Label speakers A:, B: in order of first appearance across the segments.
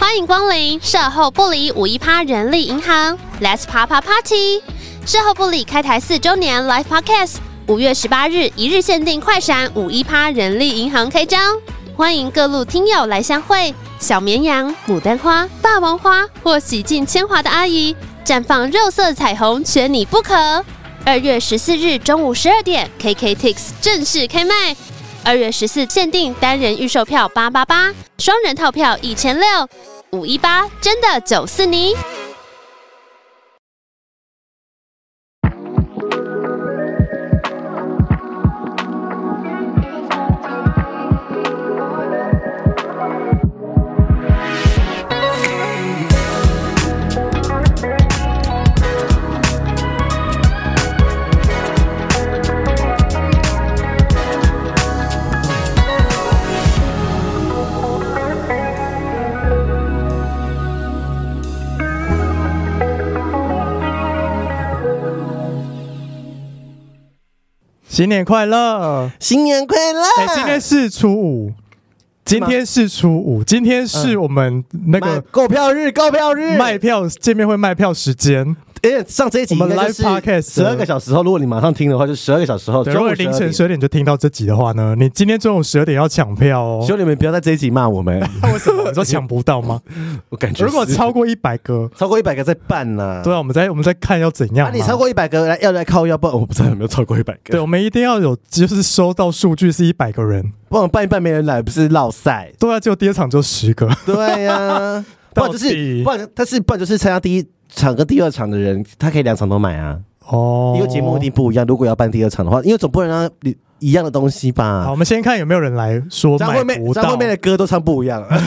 A: 欢迎光临售后不理五一趴人力银行，Let's 啪啪 Party！售后不理开台四周年 Live Podcast，五月十八日一日限定快闪五一趴人力银行开张，欢迎各路听友来相会。小绵羊、牡丹花、霸王花或洗尽铅华的阿姨，绽放肉色彩虹，缺你不可。二月十四日中午十二点，KKTix 正式开卖。二月十四限定单人预售票八八八，双人套票一千六，五一八真的九四你。
B: 新年快乐！
C: 新年快乐！
B: 哎、今天是初五，今天是初五，今天是我们那
C: 卖
B: 个
C: 购票日，购票日
B: 卖票见面会卖票时间。
C: 因为哎上这一集
B: 我们
C: 应该就是
B: live podcast
C: 十二个小时后，如果你马上听的话，就十二个小时后，
B: 对，如
C: 哦中
B: 果
C: 午
B: 凌晨十
C: 十
B: 二点就听到这集的话呢，你今天中午十二点要抢票哦。
C: 希望你们不要在这一集骂我 们，
B: 那为什么你说抢不到 吗？
C: 我感觉
B: 如果
C: 是
B: 超过一百个，
C: 超过一百个再办呐。
B: 对啊，我们再我们再看要怎样
C: 啊，
B: 嘛。
C: 你超过一百个来要来靠要，不然我不知道有没有超过一百个。
B: 对，我们一定要有，就是收到数据是一百个人。？
C: 不然我办一办没人来，不是落赛
B: 对啊，就第二场就十个。
C: 对啊呀， 不然
B: 到
C: 就
B: 底
C: 是不然，但是不然就是参加第一场跟第二场的人，他可以两场都买啊，
B: 哦，
C: 因为节目一定不一样。如果要办第二场的话，因为总不能让你一样的东西吧
B: 好，我。们先看有没有人来说
C: 张
B: 买
C: 惠妹，
B: 不
C: 张
B: 到
C: 惠。妹的歌都唱不一样，呃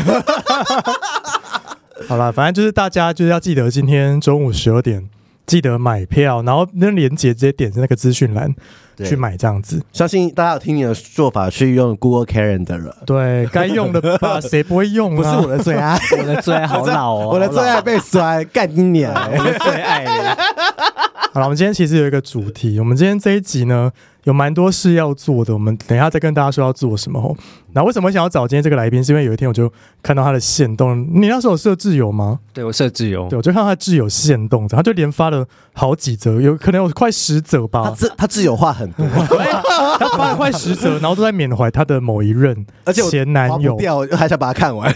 B: 好了，反正就是大家就是要记得今天中午十二点记得买票，然后那链接直接点那个资讯栏
C: 对
B: 去买这样子。
C: 相信大家有听你的做法去用 Google Calendar 了。
B: 对该用的吧， 谁不会用啊？
C: 不是我的最爱，
D: 我的最爱好老 哦，
C: 我的最爱被摔，干你娘！
D: 好老，哦我的最爱。
B: 好了，我们今天其实有一个主题，我们今天这一集呢有蛮多事要做的，我们等一下再跟大家说要做什么吼。那为什么想要找今天这个来宾？是因为有一天我就看到他的线动，你那时候有设置有吗？
D: 对我设置哦有
B: 对，，我就看到他挚友线动，他就连发了好几则，有可能有快十则吧。
C: 他自他自由话很多，
B: 他发了快十则，然后都在缅怀他的某一任
C: 而且我
B: 前男
C: 划不
B: 友，
C: 掉，我还想把它看完。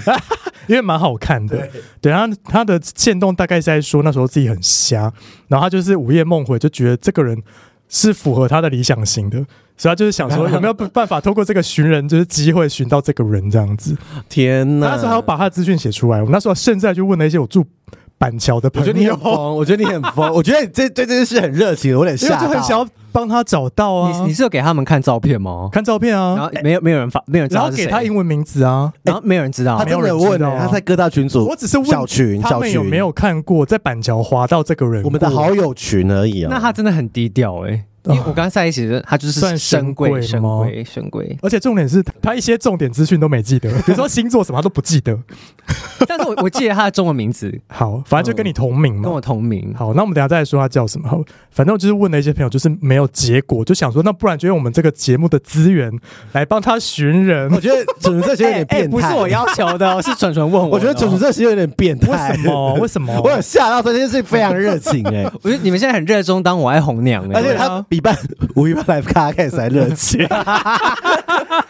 B: 因为蛮好看的。对，然后他的线动大概是在说那时候自己很瞎，然后他就是午夜梦回，就觉得这个人是符合他的理想型的，所以他就是想说有没有办法透过这个寻人就是机会寻到这个人这样子。
C: 天
B: 他
C: 哪！
B: 那时候还要把他的资讯写出来，我那时候甚至还去问了一些我住板桥的
C: 我
B: 朋
C: 觉得你很
B: 友。
C: 疯，我觉得你很疯，我觉得你这对这件事很热情，我有点
B: 因为
C: 吓
B: 就很想
C: 到。
B: 要帮他找到啊，
D: 你你是有给他们看照片吗？
B: 看照片
D: 然
B: 啊，
D: 后没有没有人发，没有人知
B: 然
D: 道
B: 后
D: 是
B: 给
D: 谁，
B: 他英文名字啊。
D: 然后没有人知道
C: 他。真的有问
B: 没有人知道
C: 欸，
B: 啊
C: 他在各大群组，
B: 我只是问
C: 小群
B: 他
C: 小
B: 们
C: 群
B: 有没有看过在板桥滑到这个人过，
C: 我们的好友群而已啊。
D: 那他真的很低调哎，因为我跟他在一起的，他就是
B: 算神
D: 深
B: 贵
D: 贵深
B: 吗。
D: 贵深贵
B: 而且重点是他一些重点资讯都没 记得，比如说星座什么他都不记得。
D: 但是我我记得他的中文名 字
B: 好，反正就跟你同名嘛。
C: 嗯
D: 跟我同名，
B: 好，那我们等一下再来说他叫什么。好，反正我就是问了一些朋友，就是没有结果，就想说那不然就用我们这个节目的资源来帮他寻人。
C: 我觉得准这些有点
D: 哎
C: 变态，
D: 不是我要求 的哦，是蠢蠢问我的哦。
C: 我觉得准这些有点变
B: 为
C: 态。
B: 什 么？为什么？
C: 我有吓到，这件事非常热情 哎。
D: 我觉得你们现在很热衷当我爱红娘哎，
C: 而且他比办五一半 live podcast 还热情，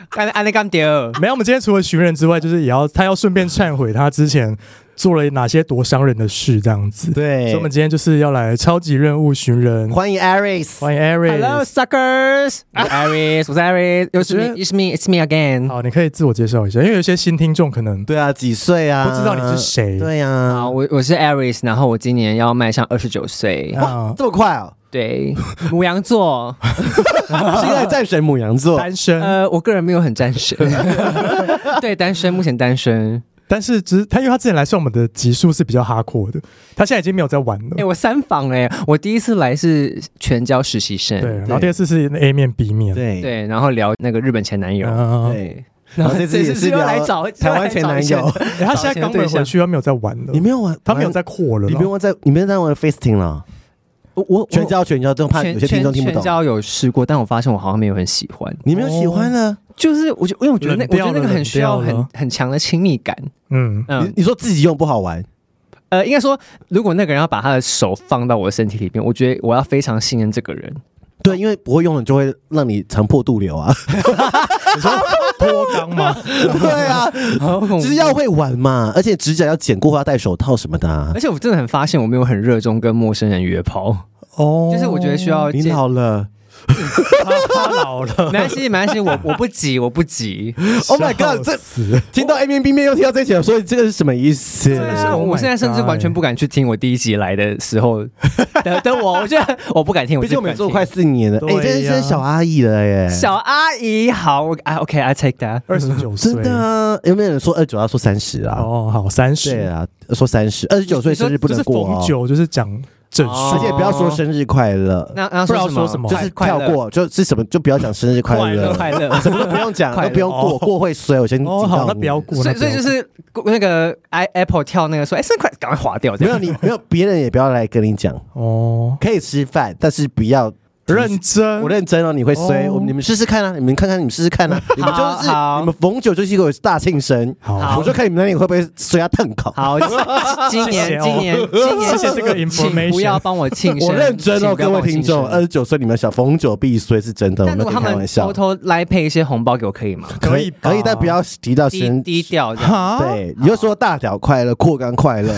D: 安安利干爹尔，
B: 没有，我们今天除了寻人之外，就是也要他要顺便忏悔他之前做了哪些多伤人的事，这样子。所
C: 对
B: 以我们今天就是要来超级任务寻人，
C: 欢迎 Aris，
B: 欢迎 Eric。
D: Hello suckers, Iris，我是 Iris，又是 me, it's me, it's me again。
B: 好，你可以自我介绍一下，因为有一些新听众可能
C: 对啊，几岁啊？
B: 不知道你是谁
C: 对啊
D: 好，，我我是 Iris，然后我今年要迈向二十九岁，
B: 啊
C: 这么快 哦！
D: 对，母羊座，
C: 现在战神母 羊座，
B: 单身，
D: 呃，我个人没有很 单身，对，单身，目前单
C: 嗯
D: 身。
B: 但是只是他，因为他之前来算我们的集数是比较哈阔的，他现在已经没有在玩了
D: 哎、。我三访哎、我第一次来是全教实习生，
B: 对，然后第二次是 A 面 B 面，
C: 对，
D: 对，然后聊那个日本前男友，
B: 嗯，哎
C: 对，
D: 然
C: 后这次也是
D: 又
C: 聊
D: 来找
C: 台湾前男友，
B: 他现在刚回回去，他没有在玩了
C: 你，没有玩，
B: 他没有在扩了
C: 玩，
B: 啦，
C: 你没有在，你没有在玩 fasting 了，
D: 我我
C: 全。交全交，都
D: 我
C: 怕有些听众听不
D: 全
C: 懂。
D: 交有试过，但我发现我好像没有很喜欢。
C: 你没有喜欢呢？啊
D: 就是我觉得，因为我觉得那
B: 冷
D: 我觉
B: 掉
D: 得那个
B: 了
D: 很
B: 冷
D: 需
B: 掉
D: 要
B: 了
D: 很很强的亲密感。
B: 嗯，
C: 你
D: 嗯，
C: 你说自己用不好玩，
D: 呃，应该说，如果那个人要把他的手放到我的身体里面，我觉得我要非常信任这个人。
C: 对，因为不会用的就会让你肠破肚流啊。
B: 你说脱肛吗？
C: 对啊，
D: 就
C: 就是要，会玩嘛，而且指甲要剪过，要戴手套什么的啊、
D: 而且我真的很发现我没有很热衷跟陌生人约炮，
B: 哦，
D: 就是我觉得需要
C: 你
D: 见
C: 老了
B: 他他老 了
D: 没关系，没关系，我我不急，我不急。
C: ，Oh my God！这听到 A 面 B 面又听到这一集了，所以这个是什么意思？
B: 真的是
D: 我
B: Oh
D: 我
B: my
D: 现在甚
C: 欸
D: 至
B: God
D: 完全不敢去听我第一集来的 时候的的我，我觉得我不敢听，
C: 毕
D: 我
C: 竟我们
D: 没
C: 也做快四年了，
B: 对
C: 哎、
B: 呀
C: 真的是小阿姨了耶，
D: 小阿姨好，我啊 OK，I take that。
B: 二十九岁，
C: 真的啊？有没有人说二九要说三十啊？
B: 哦，好三十，
C: 对啊，说三十，二十九岁
B: 你说
C: 生日不能过、
B: 就是
C: 哦
B: 逢，九就是讲整数，
C: 而且不要说生日快乐，
D: 那那
B: 不知道说什
D: 什
B: 么
C: 就是跳过，就是什么就不要讲生日快
D: 快乐
C: 乐，
D: 快乐。
C: 什么都不用讲，
D: 快乐
C: 都不用过，
B: 哦
C: 过会衰。我先警告
B: 哦，好，那
C: 你
B: 不要过，
D: 所
B: 那
D: 以
B: 不
D: 所
B: 要
D: 以就
B: 过
D: 是那个 i Apple 跳那个说，哎，生日快，赶快划掉。这
C: 没
D: 样
C: 有你没有别人也不要来跟你讲，
B: 哦，
C: 可以吃饭，但是不要
B: 认真，
C: 我认真哦，你会衰。
B: 哦
C: 我你们试试看啊，你们看看，你们试试看啊，你们就是
D: 好
C: 你们逢九就是一个大庆生，
B: 好
C: 我就看你们那里会不会衰到腾口。
D: 好， 今
B: 谢谢
D: 年
B: 哦
D: 今年今年
B: 谢谢这个
D: 请不
B: information
D: 要帮我庆 生，
C: 我认真
D: 请
C: 哦，
D: 不要
C: 各
D: 帮
C: 位
D: 我庆
C: 听众，
D: 生
C: 二十九岁你们小逢九必衰是真呃的，我
D: 但
C: 没
D: 如
C: 有
D: 果
C: 在
D: 他
C: 开
D: 们
C: 玩笑
D: 偷。偷来配一些红包给我，可以吗？
C: 可
B: 以
C: 以
B: 吧
C: 可以，但不要提到
D: 低
C: 生
D: 低啊调这样。
B: 哈，
C: 对，你就说大条快乐、扩肝快 乐，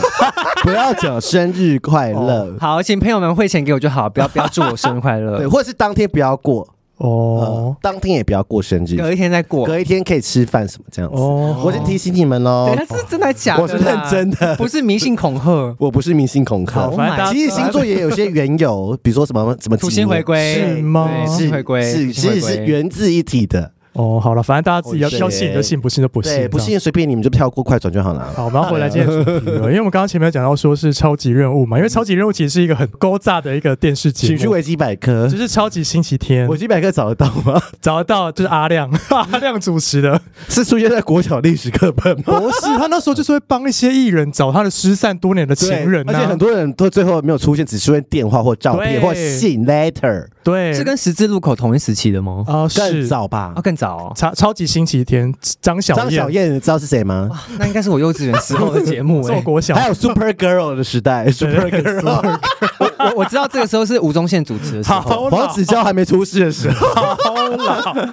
C: 不要讲生日快乐，
D: 好，请朋友们汇钱给我就好，不要不要祝我生日 快
C: 对，
D: 乐，
C: 或者是当天不要过，
B: 哦
C: 哦，当天也不要过生日，
D: 隔一天再过。
C: 隔一天可以吃饭什么这样子。
B: 哦，
C: 嗯我已经提醒你们喽
D: 等，一下是真的假的？
C: 哦我是认真，的，
D: 不是迷信恐 吓。
C: 我不是明星恐吓
B: 好，。反正大家
C: 其实星座 也有些缘由，比如说什么什么
D: 土星回归
B: 是吗
D: 对土
C: 是
D: 星回归
C: 是
D: 土星
C: 是
D: 回
C: 是
D: 归
C: 源自一体的。
B: 哦，好了，反正大家自己要
C: 哦是
B: 要信就信，不信就不信，
C: 对，不
B: 这样。
C: 信随便你们就跳过快转就好了。
B: 好，我们要回来今天的主 题了，因为我们刚刚前面有讲到说是超级任务嘛，因为超级任务其实是一个很勾炸的一个电视节
C: 请去
B: 目，
C: 维基百 科
B: 就，是超级星期天
C: 维，基百科找得到吗？
B: 找得到就是阿亮，阿亮主持的，
C: 是出现在国小历史课本 吗？
B: 不是他那时候就是会帮一些艺人找他的失散多年的情
C: 对
B: 人啊呐，
C: 而且很多人都最后没有出现，只出现电话或照
B: 对
C: 片或信 letter，
B: 对，
D: 是跟十字路口同一时期的吗？
B: 啊
C: 更
B: 是
C: 早吧
D: 啊，？更早哦，
B: 超超级星期天，张小
C: 张 小
B: 燕
C: 燕知道是谁吗？
D: 哇那应该是我幼稚园时候的 节目
B: 做
D: 哎。
B: 国小，
C: 还有 Super Girl 的时代，Super Girl，
D: 哎我我知道这个时候是吴宗宪主持的时候，
B: 好
C: 黄
B: 老
C: 子佼还没出世的 时候，
B: 好老。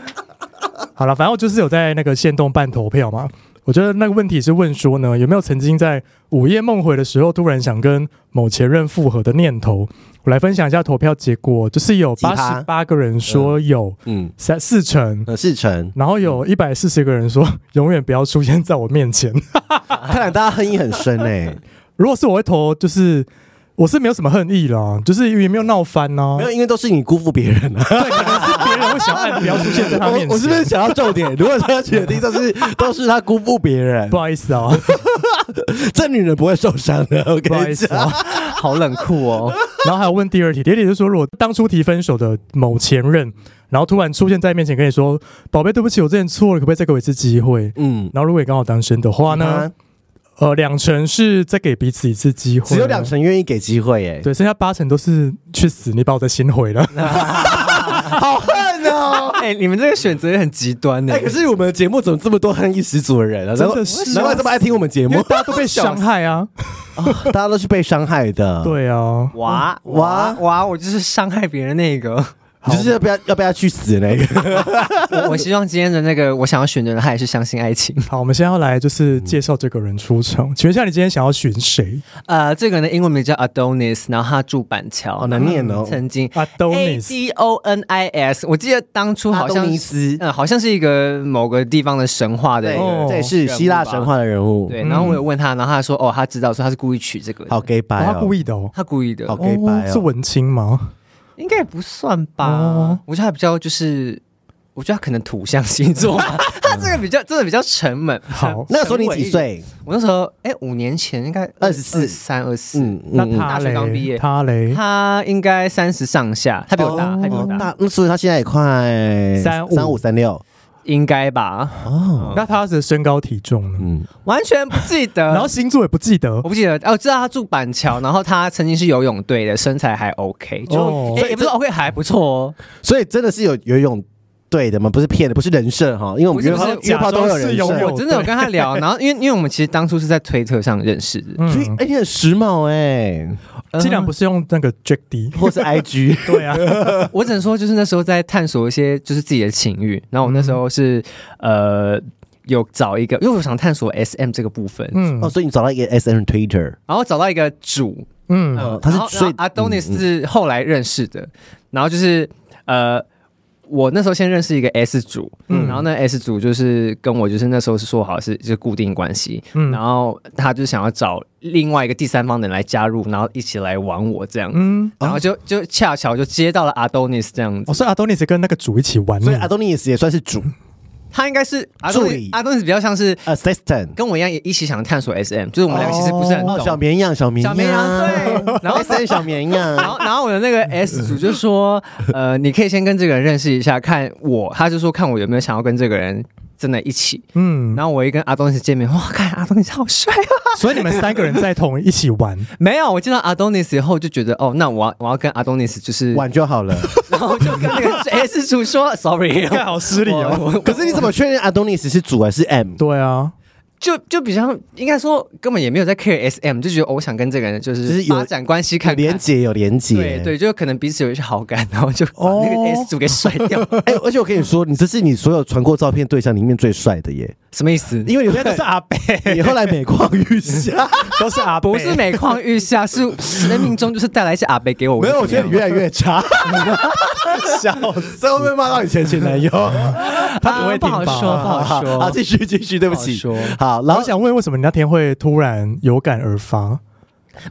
B: 好了，反正我就是有在那个限动办投票嘛。我觉得那个问题是问说呢，有没有曾经在午夜梦回的时候，突然想跟某前任复合的念头？我来分享一下投票结果，就是有
C: 几
B: 八
C: 趴
B: 十八个人说有
C: 嗯，
B: 三四成，
C: 呃，世成，
B: 然后有一百四十个人说 永远不要出现在我面前。
C: 看来大家恨意很深哎，
B: 如果是我会投，就是我是没有什么恨意啦，就是也没有闹翻啊呐、
C: 没有，因为都是你辜负别人 啊。
B: 对，可能是别人会想按，不要出现在他面前。
C: 我我是不是讲到重点？如果他觉得听到是都是他辜负别 人
B: 不，好意思啊？
C: 这女人不会受伤的。我
B: 不好
C: 跟
B: 意
C: 你
B: 思
C: 讲，
B: 啊。
D: 好冷 酷哦。
B: 然后还有问第二题，第二题就是说，如果当初提分手的某前任，然后突然出现在面前跟你说：“宝贝，对不起，我之前错了，可不可以再给我一次机会
C: 嗯？”，啊
B: 然后如果你刚好单身的话呢，呃，两成是再给彼此一次机会，
C: 只有两，成愿意给机会哎，
B: 对，剩下八成都是去死，你把我的心毁了。
C: 好恨哦。
D: 哎，你们这个选择也很极端呢
C: 哎、。可是我们的节目怎么这么多恨意十足的人啊？
B: 真的
C: 难怪
B: 是啊
C: 难怪这么爱听我们节
B: 因
C: 目
B: 为，大家 都被伤害啊，
C: 大家都是被伤害的。，
B: 对啊，
D: 哇哇
C: 哇
D: 哇！我就是伤害别人那个。
C: 就是要不要要不要去 死的那个？
D: 我我希望今天的那个我想要选的人，他也是相信爱情。
B: 好，我们现在要来就是
C: 嗯
B: 介绍这个人出场，请问一下，你今天想要选谁
D: 呃，这个人的英文名叫 Adonis，然后他住板桥，嗯
C: 好难念哦。
D: 曾经
B: ？Adonis 哦
D: A D O N I S，我记得当初好
C: 阿
D: 像
C: 东尼
D: 是
C: 斯，
D: 嗯，好像是一个某个地方的神话的
C: 对
D: 一个。
B: 哦
C: 这也是希腊神话的人物。
D: 对，然后我有问他，然后他说，哦，他知道，说他是故意取这个的，
C: 好 gay
B: 哦
C: 白
B: 他
C: 哦
B: 故，意的哦，
D: 他故意的，
C: 好 gay 白
B: 是
C: 哦。
B: 文青 吗？
D: 应该也不算吧。
B: 哦
D: 我觉得他比较就是，我觉得他可能土象星 座吧，他这个比较真的比较沉闷。
B: 好
C: 那个时候你几岁？
D: 我那时候哎，五年前应该
C: 24
D: 三、二四，
C: 嗯，
B: 那
C: 嗯嗯
B: 他
D: 大学刚毕
B: 嘞，
D: 业
B: 他嘞，
D: 他应该三十上下，他比我大，
B: 哦
D: 他比我
C: 哦
D: 大，
C: 那那所以他现在也快
B: 三五
C: 三五三六
D: 应该吧？
C: 哦。
B: 那他的身高体重呢？
C: 嗯，
D: 完全不记得。
B: 然后星座也呃不记得
D: 我，不记得，哦，我知道他住板桥，然后他曾经是游泳队的，身材还 OK，就、
B: 哦
D: 诶也不是 OK，还不错哦。
C: 所以真的是有游泳对的嘛，不是骗的，不是人设哈，因为我们
D: 不是
C: 约
D: 不是
C: 炮约炮都会有
B: 假装是
C: 人
B: 拥有
C: 设，
D: 我真的有跟 他聊，然后因为因为我们其实当初是在推特上认识的，嗯
C: 所以
B: 嗯，
C: 哎，你很时髦哎，
B: 既然不是用那个 Jack D，
C: 或是 IG
B: 呃对啊，
D: 呃我只能说就是那时候在探索一些就是自己的情欲，然后我那时候是、
B: 嗯
D: 呃有找一个，因为我想探索 S M 这个部分，
B: 嗯
C: 哦，所以你找到一个 S N Twitter，
D: 然后找到一个主，
B: 嗯
C: 哦，他
D: 然后
C: 是所以
D: 然后 Adonis
C: 嗯
D: 是后来认识的，然后就是呃，我那时候先认识一个 S 组，
B: 嗯
D: 然后那 S 组就是跟我就是那时候是说好是就是固定关系，
B: 嗯
D: 然后他就想要找另外一个第三方的人来加入，然后一起来玩我这样子，
B: 嗯，
D: 然后
C: 哦
D: 就就恰巧就接到了 Adonis 这样子，
B: 哦，所以 Adonis 跟那个主一起玩，
C: 所以 Adonis 也算是主
D: 他应该是
C: 助理
D: Adonis Adonis 比较像是
C: assistant，
D: 跟我一样也一起想探索 SM，就是我们两个其实不是很懂。
C: 哦哎小绵羊，小绵
D: 小
C: 羊，
D: 绵羊对，然后
C: S N 小绵
D: 然
C: 羊，
D: 后，然后我的 那个 S 组就说，呃，你可以先跟这个人认识一下，看我，他就说看我有没有想要跟这个人真的一起。
B: 嗯，
D: 然后我一跟阿东尼见面，哇，看阿东尼好帅啊！
B: 所以你们三个人在同一起玩，
D: 没有，我见到阿东尼以后就觉得，哦，那我要我要跟阿东尼就是，
C: 晚就好了。
D: 然后就跟那个 S 组说，sorry，
B: 看 好失礼哦。
D: 我我
C: 可是你怎么确认 Adonis 是主还是 M？
B: 对啊，
D: 就就比较应该说根本也没有在 care SM，就觉得、哦我想跟这个人就
C: 就是是有
D: 发展关系看
C: 有连
D: 看。
C: 结有连结，
D: 对对，就可能彼此有一些好感，然后就把那
B: 哦
D: 个 S 组给甩 掉，
C: 哎、而且我跟你说，你这是你所有传过照片对象里面最帅的耶，
D: 什么意思？
C: 因为你后来
B: 是阿贝，
C: 你后来每况愈下，
B: 都是阿贝，
D: 不是每况愈下，是生命中就是带来一些阿贝给 我。
C: 没有，我觉得你越来越差，
B: 笑
C: 这会不会骂到你前前男友？
B: 他不会
D: 啊
B: 听
D: 不好
B: 吧
D: 说，不好 说，
C: 好，继续继续，对不起
D: 不好说。
C: 好，然
B: 我
C: 后
B: 想问，为什么你那天会突然有感而发？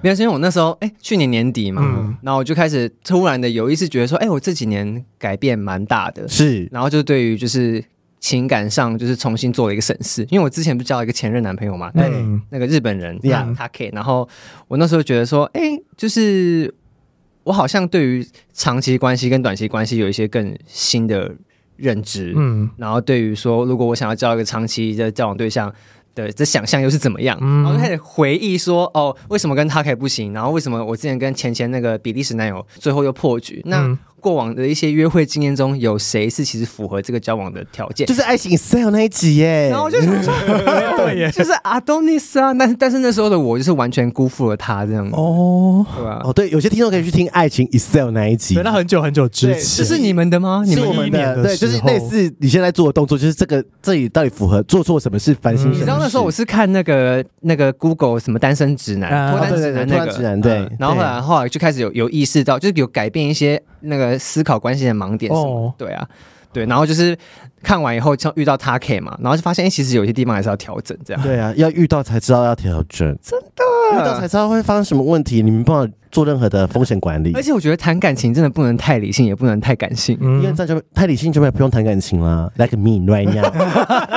D: 没有，是因为我那时候哎、去年年底嘛，
B: 嗯
D: 然后我就开始突然的有意识觉得说，哎、我这几年改变蛮大的，
C: 是
D: 然后就对于就是情感上就是重新做了一个审视，因为我之前不是交了一个前任男朋友嘛，
C: 哎
B: 嗯
D: 那个日本人
C: Yeah
D: 他 K，然后我那时候觉得说，哎、就是我好像对于长期关系跟短期关系有一些更新的认知，
B: 嗯
D: 然后对于说，如果我想要交一个长期的交往对象的这想象又是怎么样？
B: 嗯
D: 然后就开始回忆说，哦，为什么跟他可以不行？然后为什么我之前跟前前那个比利时男友最后又破局？那
B: 嗯
D: 过往的一些约会经验中，有谁是其实符合这个交往的条件
C: 就？是《爱情 Excel》那一集耶，
D: 然后我就想 说，哦
B: 对耶
D: 就是阿东尼斯啊，但 是但是那时候的我就是完全辜负了他这样，
B: 哦，
D: 对吧、
C: 哦，对，有些听众可以去听《爱情 Excel》那一集
B: 对，，那很久很久之
C: 对
B: 前，
D: 这是你们的吗？你
C: 是
D: 们
C: 我们
B: 一年的
C: 对，就是
B: 时候
C: 类似你现在做的动作，就是这个这里到底符合做错什么事，反
B: 嗯
C: 省什么事。
D: 你知道那时候我是看那个那个 Google 什么单身指
B: 啊
D: 南、脱单指
C: 哦
D: 南
C: 对对对
D: 那
C: 脱
D: 个
C: 单指南对
D: 嗯然后后来后来就开始有有意识到，就是有改变一些那个思考关系的盲点什么
B: 哦
D: 的。对啊，对，然后就是看完以后，像遇到他 K 嘛，然后就发现哎，其实有些地方还是要调整这样。
C: 对啊，要遇到才知道要调整，真的遇到才知道会发生什么问题，你没办法做任何的风险管理，
D: 而且我觉得谈感情真的不能太理性，也不能太感 性。
C: 因为
B: 嗯，
C: 这样就太理性就没有不用谈感情啦。Like me right now，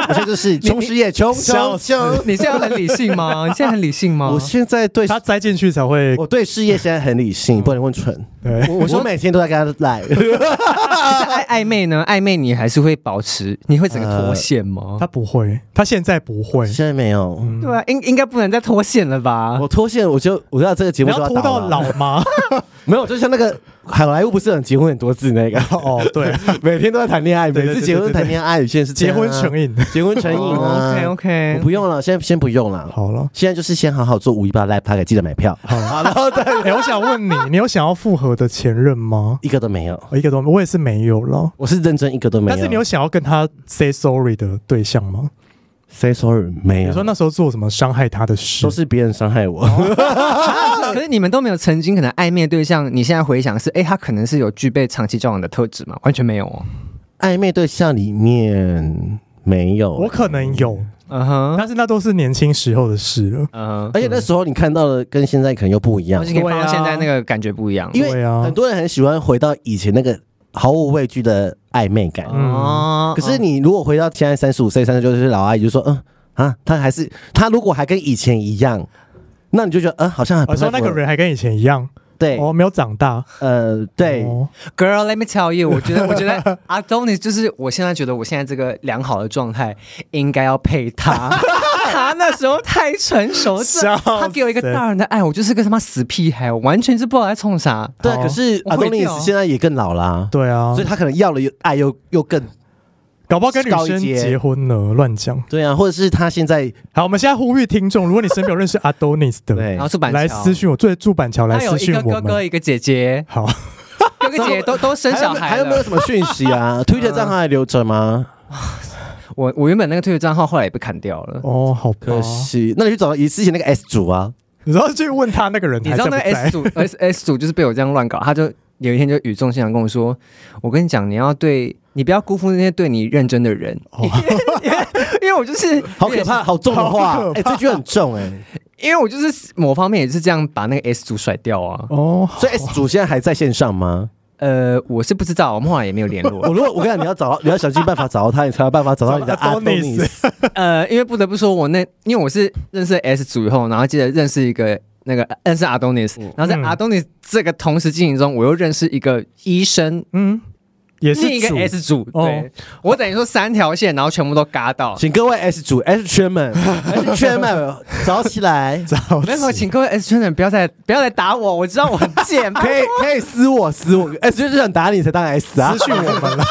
C: 我现在就是穷时也穷
B: 笑
C: 穷
B: 死
C: 穷。
D: 你现在很理 性吗？你现在很理性吗？
C: 我现在对
B: 他栽进去才会
C: 我对事业现在很理性，不能问蠢。
B: 对，
C: 我我每天都在跟他赖，
D: 可是暧暧昧呢？暧昧你还是会保持，你会整个脱线
C: 呃
D: 吗？
B: 他不会，他现在不会，
C: 现在没有。
D: 对啊，应应该不能再脱线了吧？
C: 我脱线，我就我知道这个节
B: 你
C: 目就
B: 要拖啊到
C: 倒了
B: 老吗？
C: 没有，就像那个好莱坞不是很结婚很多次那个，
B: 哦， 对，
C: 每天都在谈恋爱，
B: 对
C: 每
B: 对
C: 次结婚
B: 对对对
C: 谈恋爱，有些人是这
B: 结
C: 样啊
B: 婚成瘾，
C: 结婚成瘾啊。
D: OK OK，
C: 我不用了，现在先不用了。
B: 好了。
C: 现在就是先好好做五一八 live p a 记得买票。
B: 好了，然后对，哎我想 问你，你有想要复合的前任吗？哦
C: 一个都没有，
B: 我一个都没，我也是没有了。
C: 我是认真一个都没有。
B: 但是你有想要跟他 say sorry 的对象吗？
C: say sorry 没
B: 你
C: 有？
B: 说那时哦候做什么伤害他的事
C: 都？是别人伤害我，
D: 啊可是你们都没有曾经可能暧昧对象，你现在回想是，哎、他可能是有具备长期交往的特质吗？完全没有哦。
C: 暧昧对象里面没有。
B: 我可能有，
D: 嗯哼，
B: 但是那都是年轻时候的事了。
D: 嗯哼，
C: 而且那时候你看到的跟现在可能又不一样
D: 而，且可以放到现在那个感觉不一样。
C: 因
B: 对
C: 为
B: 啊
C: 很多人很喜欢回到以前那个毫无畏惧的暧昧感。
B: 嗯
D: 哦
C: 可是你如果回到现在三十五岁、三十六岁老阿姨，就说嗯啊，她还是她如果还跟以前一样，那你就觉得嗯好像还
B: 我
C: 不
B: 说
C: 是
B: 哦那个人还跟以前一样，
C: 对
B: 哦，没有长大。
C: 呃对，
B: 哦
D: Girl，let me tell you，我觉 得，我觉得阿东尼就是我现在觉得我现在这个良好的状态应该要配 他。他那时候太成熟，这
B: 笑
D: 他给我一个
B: 死
D: 大人的爱，我就是个他妈死屁孩，我完全是不知道在冲啥。
C: 对，
B: 好
C: 可是
D: 我
C: 阿
D: 会
C: 东尼
D: 掉
C: 斯现在也更老啦，
B: 对啊
C: 所以，他可能要了又爱又又更
B: 搞不好跟女
C: 高
B: 生
C: 一阶
B: 结婚了，乱讲。
C: 对啊，或者是他现在
B: 好，我们现在呼吁听众，如果你身边有认识 Adonis 的，
C: 对
D: 然后是板桥
B: 来私讯我，对，住板桥来
D: 他有
B: 私
D: 一
B: 讯
D: 个
B: 我
D: 哥哥，
B: 们。
D: 一个姐姐，
B: 好，
D: 哥哥姐姐都都生小
C: 还
D: 孩
C: 有没有还有没有
D: 了。
C: 什么讯息啊？Twitter 账号还留着吗？
D: 我我原本那个推特账号后来也被砍掉了。
B: 哦，好吧
C: 可。惜，那你去找以之前那个 S 组啊，
B: 你知道去问他那个人
D: 你
B: 还
D: 知
B: 在
D: 道
B: 不
D: 那个 S
B: 在？
D: 组 S S 组就是被我这样乱搞，他就有一天就语重心长跟我说：“我跟你讲，你要对你不要辜负那些对你认真的人，
B: 哦
D: 因为我就是
C: 好可怕，好重的
B: 好
C: 话
B: 可，
C: 哎，这句很重哎。
D: 因为我就是某方面也是这样把那个 S 组甩掉啊。
B: 哦，
C: 所以 S 组现在还在线上吗？
D: 呃，我是不知道，我们后来也没有联
C: 我
D: 络。
C: 如果我跟你讲，你要找到，你要想尽办法找到他，你才有办法找到你的
B: 找到
C: 阿东尼
B: Adonis
C: 斯。
D: 呃，因为不得不说，我那因为我是认识 S 组以后，然后接着认识一个。那个呃认识阿东尼斯，然后在
B: 嗯
D: 阿东尼斯这个同时进行中，我又认识一个医生，
B: 嗯，也是
D: 另一个
B: 主
D: S 组，
B: 哦
D: 对我等于说三条线，然后全部都嘎到，
C: 请各位 S 组 S 圈们，S 圈们找起来，
B: 早
D: 没有没有，
B: 起
D: 请各位 S 圈的人不要再不要再打我，我知道我很 贱，
C: 可以可以私我私我，S 就是想打你才当 S 啊
B: 私。讯我们了。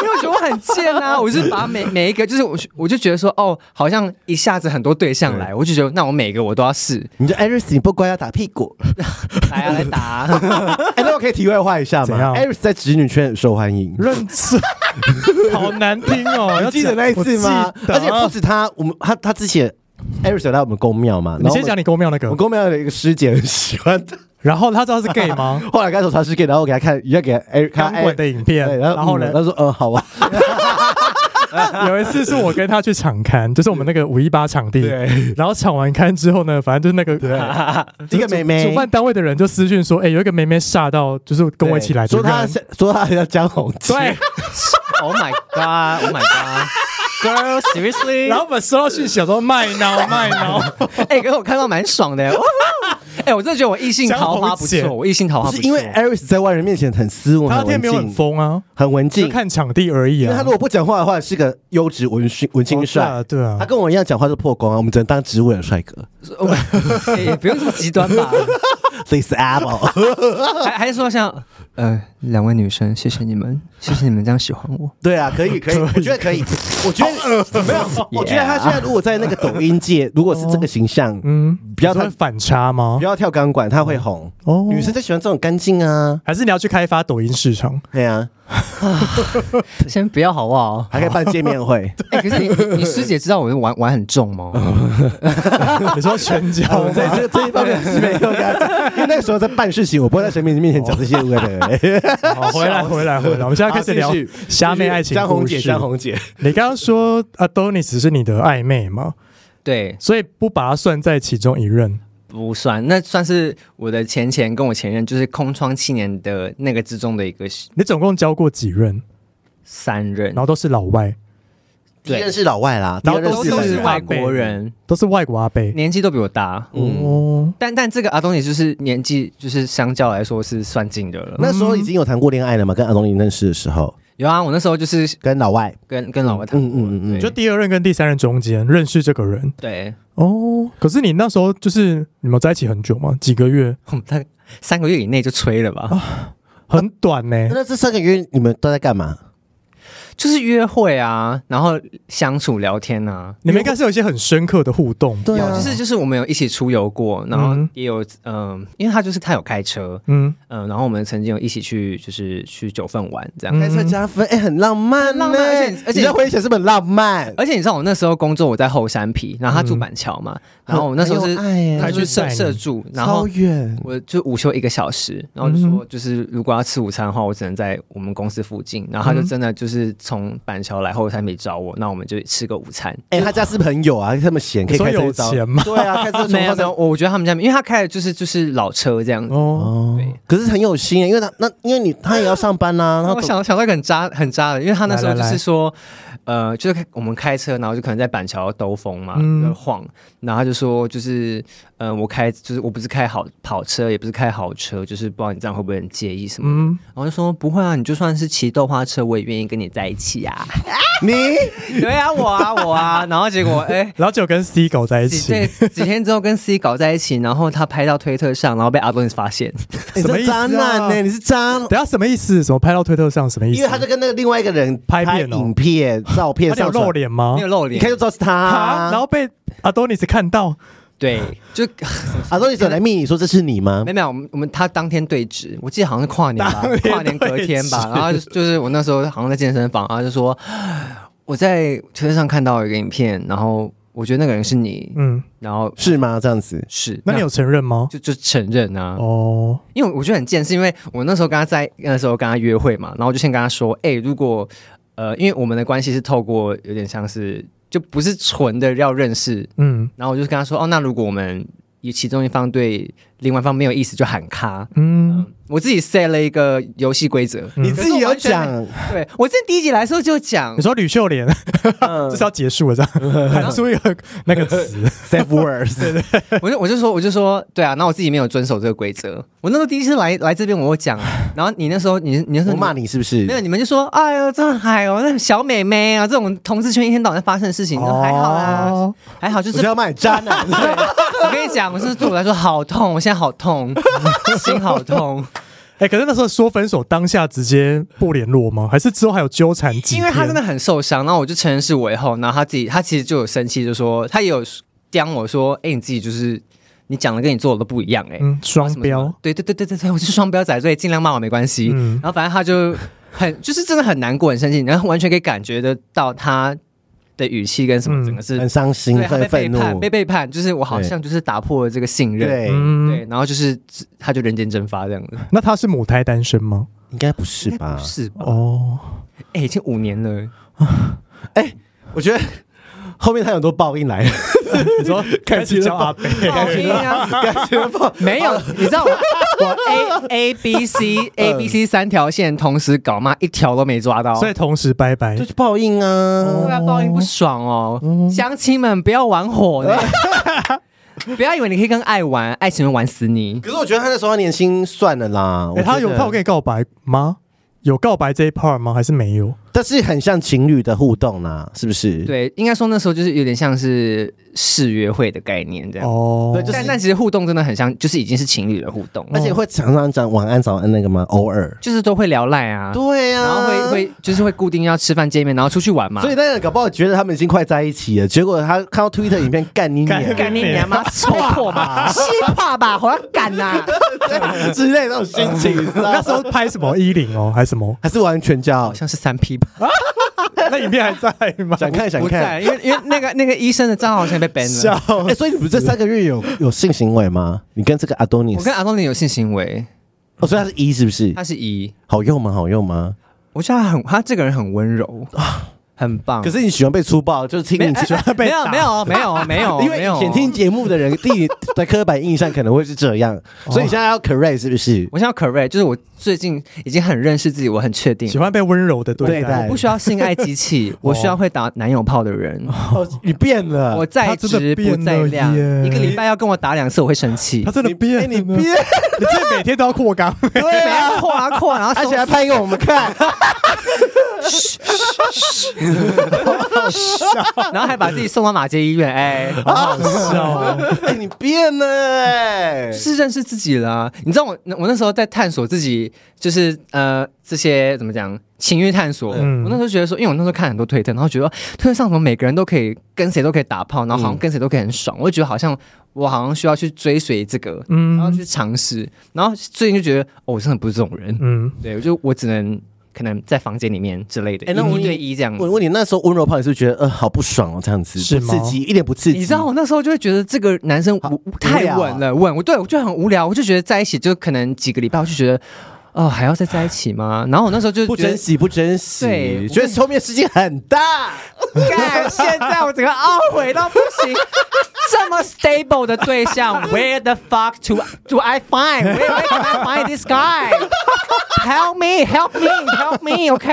D: 因为我觉得我很贱啊，我就是把每每一个就是我我就觉得说哦，好像一下子很多对象来，我就觉得那我每个我都要试，
C: 你就 Iris 你不乖要打屁股。
D: 来啊来打啊，
C: 哎，那我可以题外话一下
B: 怎
C: 吗
B: 样
C: ？Iris 在直女圈很受欢迎。
B: 认真， 好难听 哦！要
C: 你记得那一次吗
B: 我记？得
C: 而且不止他，我们他他之前 Iris 有来我们公庙嘛？
B: 你先讲
C: 你。
B: 你公庙那个
C: 我，公庙有一个师姐很喜欢 他，
B: 然后他知道是 gay 吗？
C: 后来开始查师 gay，然后我给他看，也给 Iris
B: 钢
C: 看
B: 管
C: Iris，
B: 的影片，
C: 对
B: 然后呢
C: 嗯，他说呃 好吧，
B: 有一次是我跟他去场刊，就是我们那个五一八场地，然后场完刊之后呢，反正就是那个
C: 一个妹妹
B: 主办单位的人就私讯说，哎，有一个妹妹吓到，就是跟我一起来的
C: 说
B: 人，
C: 他说他叫江宏基，
B: 对，
D: ，Oh my God，Oh my God，Girl seriously，
B: 然后我们收到讯息想说卖脑卖脑，
D: 哎，给我看到蛮爽的，哇哎，我真的觉得我异性桃花不
B: 江宏
D: 错，
B: 杰
D: 我异性桃花
C: 不
D: 不
C: 是
D: 错，
C: 因为 Iris 在外人面前很斯文，
B: 他那
C: 很
B: 天
C: 文
B: 没有很
C: 静，
B: 疯啊，
C: 很文
B: 就
C: 静。
B: 看场地而已
C: 因为他
B: 啊
C: 如。果不讲话的话，是个优质文训文青
B: 哦对啊
C: 帅。
B: 对啊
C: 他跟我一样讲话是破功啊，我们只能当植物人 帅哥。
D: 哎也不用这么极端吧。
C: This apple，
D: 还还是说像呃，两位女生，谢谢你们，谢谢你们这样喜欢我。
C: 对啊，可以可以，我觉得可以，我觉
B: 啊
C: 得没有，我觉得他现在如果在那个抖音界，如果是这个形象，
B: 嗯，
C: 不要
B: 你说
C: 太
B: 会反差吗
C: 不？要跳钢管，他会红。
B: 哦
C: 女生就喜欢这种干净啊，
B: 还是你要去开发抖音市 场？
C: 对啊，
D: 先不要好不好？
C: 还可以办见面 会。
D: 哎、可是你你你师姐知道我玩玩很重吗？
B: 你说全 交
C: 我们在这这一方面是没有跟他讲，因为那个时候在办事情，我不会在神明面前讲这些无 谓的。
B: 好，哦回来回来回来，我们现在啊开始聊
C: 好继续
B: 虾妹爱情
C: 江红
B: 故
C: 姐，
B: 事。
C: 江红姐，
B: 你刚刚说 Adonis 是你的暧昧嘛，
D: 对，
B: 所以不把它算在其中一任。
D: 不算，那算是我的前前跟我前任，就是空窗七年的那个之中的一个
B: 你总共交过几任，
D: 三任
B: 然，后都是老外，
C: 第一
D: 对
C: 任是老外啦，第
B: 然后
C: 二任
D: 都
B: 是
D: 都
C: 日
D: 是
C: 本
D: 外
C: 人
D: 国人，
B: 都是外国阿贝。
D: 年纪都比我大。
C: 嗯，
B: 哦，
D: 但但这个阿东也就是年纪，就是相较来说是算近的了。
C: 那时候已经有谈过恋爱了嘛？跟阿东尼认识的时候，
D: 有啊，我那时候就是
C: 跟老外，
D: 跟跟老外谈过，
C: 嗯嗯嗯嗯
D: 对
B: 就第二任跟第三任中间认识这个人。
D: 对，
B: 哦，可是你那时候就是你们在一起很久吗？几个月？
D: 我们大概三个月以内就吹了吧，
B: 很短呢、
C: 那这三个月你们都在干嘛？
D: 就是约会啊，然后相处聊天啊，
B: 你们应该是有一些很深刻的互动。
C: 对啊，
D: 就是就是我们有一起出游过，然后
B: 嗯
D: 也有嗯、因为他就是他有开车，
B: 嗯，
D: 嗯、然后我们曾经有一起去就是去九份玩这样。
C: 开车加分，哎，很浪漫呢，
D: 嗯很浪漫而且而且
C: 你在回想是不是很浪漫？
D: 而且你知道我那时候工作我在后山皮，然后他住板桥嘛，然后我那时候
C: 很
D: 是
C: 有爱耶
D: 他去
B: 他
D: 社
B: 去载你
D: 社住，然
C: 超
D: 后
C: 远，
D: 我就午休一个小时，然后就说就是如果要吃午餐的话，我只能在我们公司附近，然后他就真的就是从板桥来后山皮找我，那我们就吃个午餐。
C: 哎，他家是不是很有啊？这么闲，可
B: 你
C: 以
B: 说
C: 开车
B: 有
C: 去找
B: 钱吗？
C: 对啊， 开车从
D: 没有没有，我觉得他们家，因为他开的就是就是老车这样子。
B: 哦，
C: 哦
D: 对，
C: 可是很有心耶， 因为他那因为你他也要上班呐、啊，然
D: 那
C: 后
D: 我想想到一个很渣很渣的，因为他那时候就是说，呃，就是我们开车，然后就可能在板桥兜风嘛，
B: 嗯
D: 就晃，然后他就说，就是呃，我开就是我不是开好跑车，也不是开豪车，就是不知道你这样会不会很介意什么的。
B: 嗯，
D: 然后就说不会啊，你就算是骑豆花车，我也愿意跟你在一起啊。
C: 你
D: 对啊，我啊，我啊。然后结果 哎。
B: 然后就跟 C 搞在一
D: 几
B: 起，
D: 对几天之后跟 C 搞在一起，然后他拍到推特上，然后被阿东尼发现，
C: 你
B: 什么意
C: 是
B: 思
C: 渣
B: 啊
C: 男呢、欸你是渣，
B: 等一下什么意思？什么拍到推特上什么意思？啊
C: 因为他就跟那个另外一个人
B: 拍片哦
C: 影片、照片
B: 他啊有
C: 上传
B: 露，脸吗
D: 没有？露
C: 一
D: 脸
C: 看，就知道是他
B: 啊
C: 啊。
B: 然后被 Adonis 看到，
D: 对，
B: 嗯
D: 就
C: 阿东，你走来密你说这啊是你吗
D: 没？有没有，我们我们他当天对峙，我记得好像是跨年吧
B: 当天，对峙
D: 跨年隔天吧，然后就就是我那时候好像在健身房，然后就说我在车上看到一个影片，然后我觉得那个人是你，
B: 嗯，
D: 然后
C: 是吗？这样子，
D: 是，
B: 那你有承认吗？
D: 就就承认啊，
B: 哦，
D: 因为我觉得很贱，是因为我那时候跟他在那时候跟他约会嘛，然后我就先跟他说，哎、如果呃，因为我们的关系是透过有点像是就不是纯的要认识，
B: 嗯
D: 然后我就跟他说，哦，那如果我们有其中一方对另外一方没有意思，就喊卡。
B: 嗯，
D: 我自己 set 了一个游戏规则，
B: 嗯
C: 你自己有讲，
D: 对我之前第一集来的时候就 讲
B: 你，说吕秀莲
D: 嗯
B: 就是要结束了 这样，喊出一个那个词，
C: safe words，
D: 我就我就说我就说对啊，那我自己没有遵守这个规则。我那时候第一次来来这边，我有讲，然后你那时候你你那时
C: 我
D: 候
C: 骂你是不是
D: 没？有，你们就说，哎呦，这还有那小美眉啊，这种同志圈一天到晚发生的事情，那还好啦，
B: 哦，
D: 还好，就
C: 我
D: 是
C: 就要骂你渣男，
D: 我跟你讲，我是对我来说好痛，我现在好痛，心好痛，
B: 哎，可是那时候说分手当下直接不联络吗？还是之后还有纠缠几天？
D: 因为他真的很受伤，然后我就承认是我以后，然后他自己他其实就有生气，就说他也有刁我说，哎、你自己就是你讲的跟你做的都不一样、哎、
B: 嗯双
D: 什么什么
B: 标，，
D: 对对对对对对，我是双标仔，所以尽量骂我没关系。
B: 嗯
D: 然后反正他就很就是真的很难过，很生气，然后完全可以感觉得到他的语气跟什么，
B: 嗯
D: 整个 是
C: 很伤心
D: 对，，他
C: 很
D: 被背
C: 愤怒，
D: 叛，被背叛，就是我好像就是打破了这个信任，
C: 对，
D: 对
B: 嗯，
D: 然后就是他就人间蒸发这样子，
B: 那他是母胎单身吗？
C: 应该不是
D: 应该
C: 吧
D: 不？是吧？
B: 哦，
D: 哎，已经五年了，
C: 我觉得后面他有很多报应来了，
B: 你说 开始叫阿贝，
D: 好听啊
C: 感觉报
D: 没有，你知道我我 A A B C
C: 嗯
D: A B C 三条线同时搞嘛，一条都没抓到，
B: 所以同时拜拜
D: 哎
C: 就。是报应
D: 对
C: 啊，
D: 啊，报应不爽
C: 嗯
D: 哦，乡亲们不要玩 火呢。不要以为你可以跟爱玩，爱情会玩死你。
C: 可是我觉得他那时候他年轻算了啦，
B: 哎，他
C: 我觉
B: 有
C: 得
B: 他有跟你告白吗？有告白这一 part 吗？还是没有？
C: 但是很像情侣的互动啦，是不是？，
D: 对，应该说那时候就是有点像是试约会的概念这样。
B: 哦，
C: 对就是
D: 但但其实互动真的很像，就是已经是情侣的互动，
C: 而且会常常讲晚安、早安那个吗？偶尔，
D: 就是都会聊赖啊，
C: 对啊，
D: 然后会会就是会固定要吃饭见面，然后出去玩嘛。
C: 所以那个人搞不好觉得他们已经快在一起了，结果他看到 Twitter 影片干你娘
D: 干你娘 妈，臭破吧，西化吧，我要干啊呐！
C: 之类的那种心 情，你知道
B: 那
C: 吗
B: 时候拍什么一零哦，还是什么？
C: 还是完全叫
D: 好像是三 P 吧，
B: 那影片还在吗？
C: 想看想
D: 不在，
C: 看。
D: 因为因为那个那个医生的账号现在被 ban
B: 笑
D: 了。
C: 哎，所以你不是这三个月有 有性行为吗？你跟这个阿多尼
D: 我，跟阿东尼有性行为，
C: 哦，所以他是一是不是？
D: 他是一，
C: 好用吗？好用吗？
D: 我觉得他很他这个人很温柔很棒。
C: 可是你喜欢被粗暴，就是听你喜欢被
D: 没有哎没有没有没 有，
C: 因为
D: 哦没有
C: 以前听节目的人，第一的刻板印象可能会是这样，所以你现在要 correct 是不是？
D: 我想要 correct，就是我最近已经很认识自己，我很确定
B: 喜， 欢被温柔的对
C: 对待
B: 待
D: 不，需要性爱机 器，我需要会打男友炮的人。
C: 哦，你变了，
D: 我
B: 他
D: 在
B: 真的
D: 职不
B: 变
D: 在
B: 了
D: 量，
B: 耶
D: 一个礼拜要跟我打两次，我会生气
B: 他。真的
C: 哎
B: 变了，
C: 你变，
B: 你这每天都要扩 肛，
C: 对
D: 对
C: 啊
D: 啊，，扩啊扩，然 后
C: 而
D: 收
C: 且还拍给我们 看，
D: 然后还把自己送到马街医院，哎、
B: 好
C: 啊
B: 好笑哦。
C: 哎，你变了哎，
D: 是认识自己啦、你知道我我那时候在探索自己，就是呃这些怎么讲情欲探索。
B: 嗯
D: 我那时候觉得说，因为我那时候看很多推特，然后觉得推特上怎么每个人都可以跟谁都可以打炮，然
B: 嗯
D: 后好像跟谁都可以很爽，我就觉得好像我好像需要去追随这个，然后
B: 嗯
D: 去尝试。然后最近就觉得，哦，我真的不是这种人，
B: 嗯，
D: 对我就我只能可能在房间里面之类的，
C: 哎那我
D: 一对一这样。
C: 我问你，那时候温柔胖，你是不是觉得呃好不爽哦，这样子
B: 是
C: 不
B: 吗
C: 刺激，一点不刺激，
D: 你知道我那时候就会觉得这个男生
C: 好
D: 无
C: 无
D: 太
C: 聊啊
D: 稳了，稳我对我就很无聊，我就觉得在一起就可能几个礼拜，我就觉得哦还要再在一起吗？然后我那时候就
C: 不
D: 觉
C: 珍
D: 得。
C: 惜，不珍惜，
D: 对
C: 觉得后面事情很大，
D: 干，现在我整个懊悔到不行。这么 stable 的对象，Where the fuck to do I find? Where, where can I find this guy? Help me, help me, help me, OK？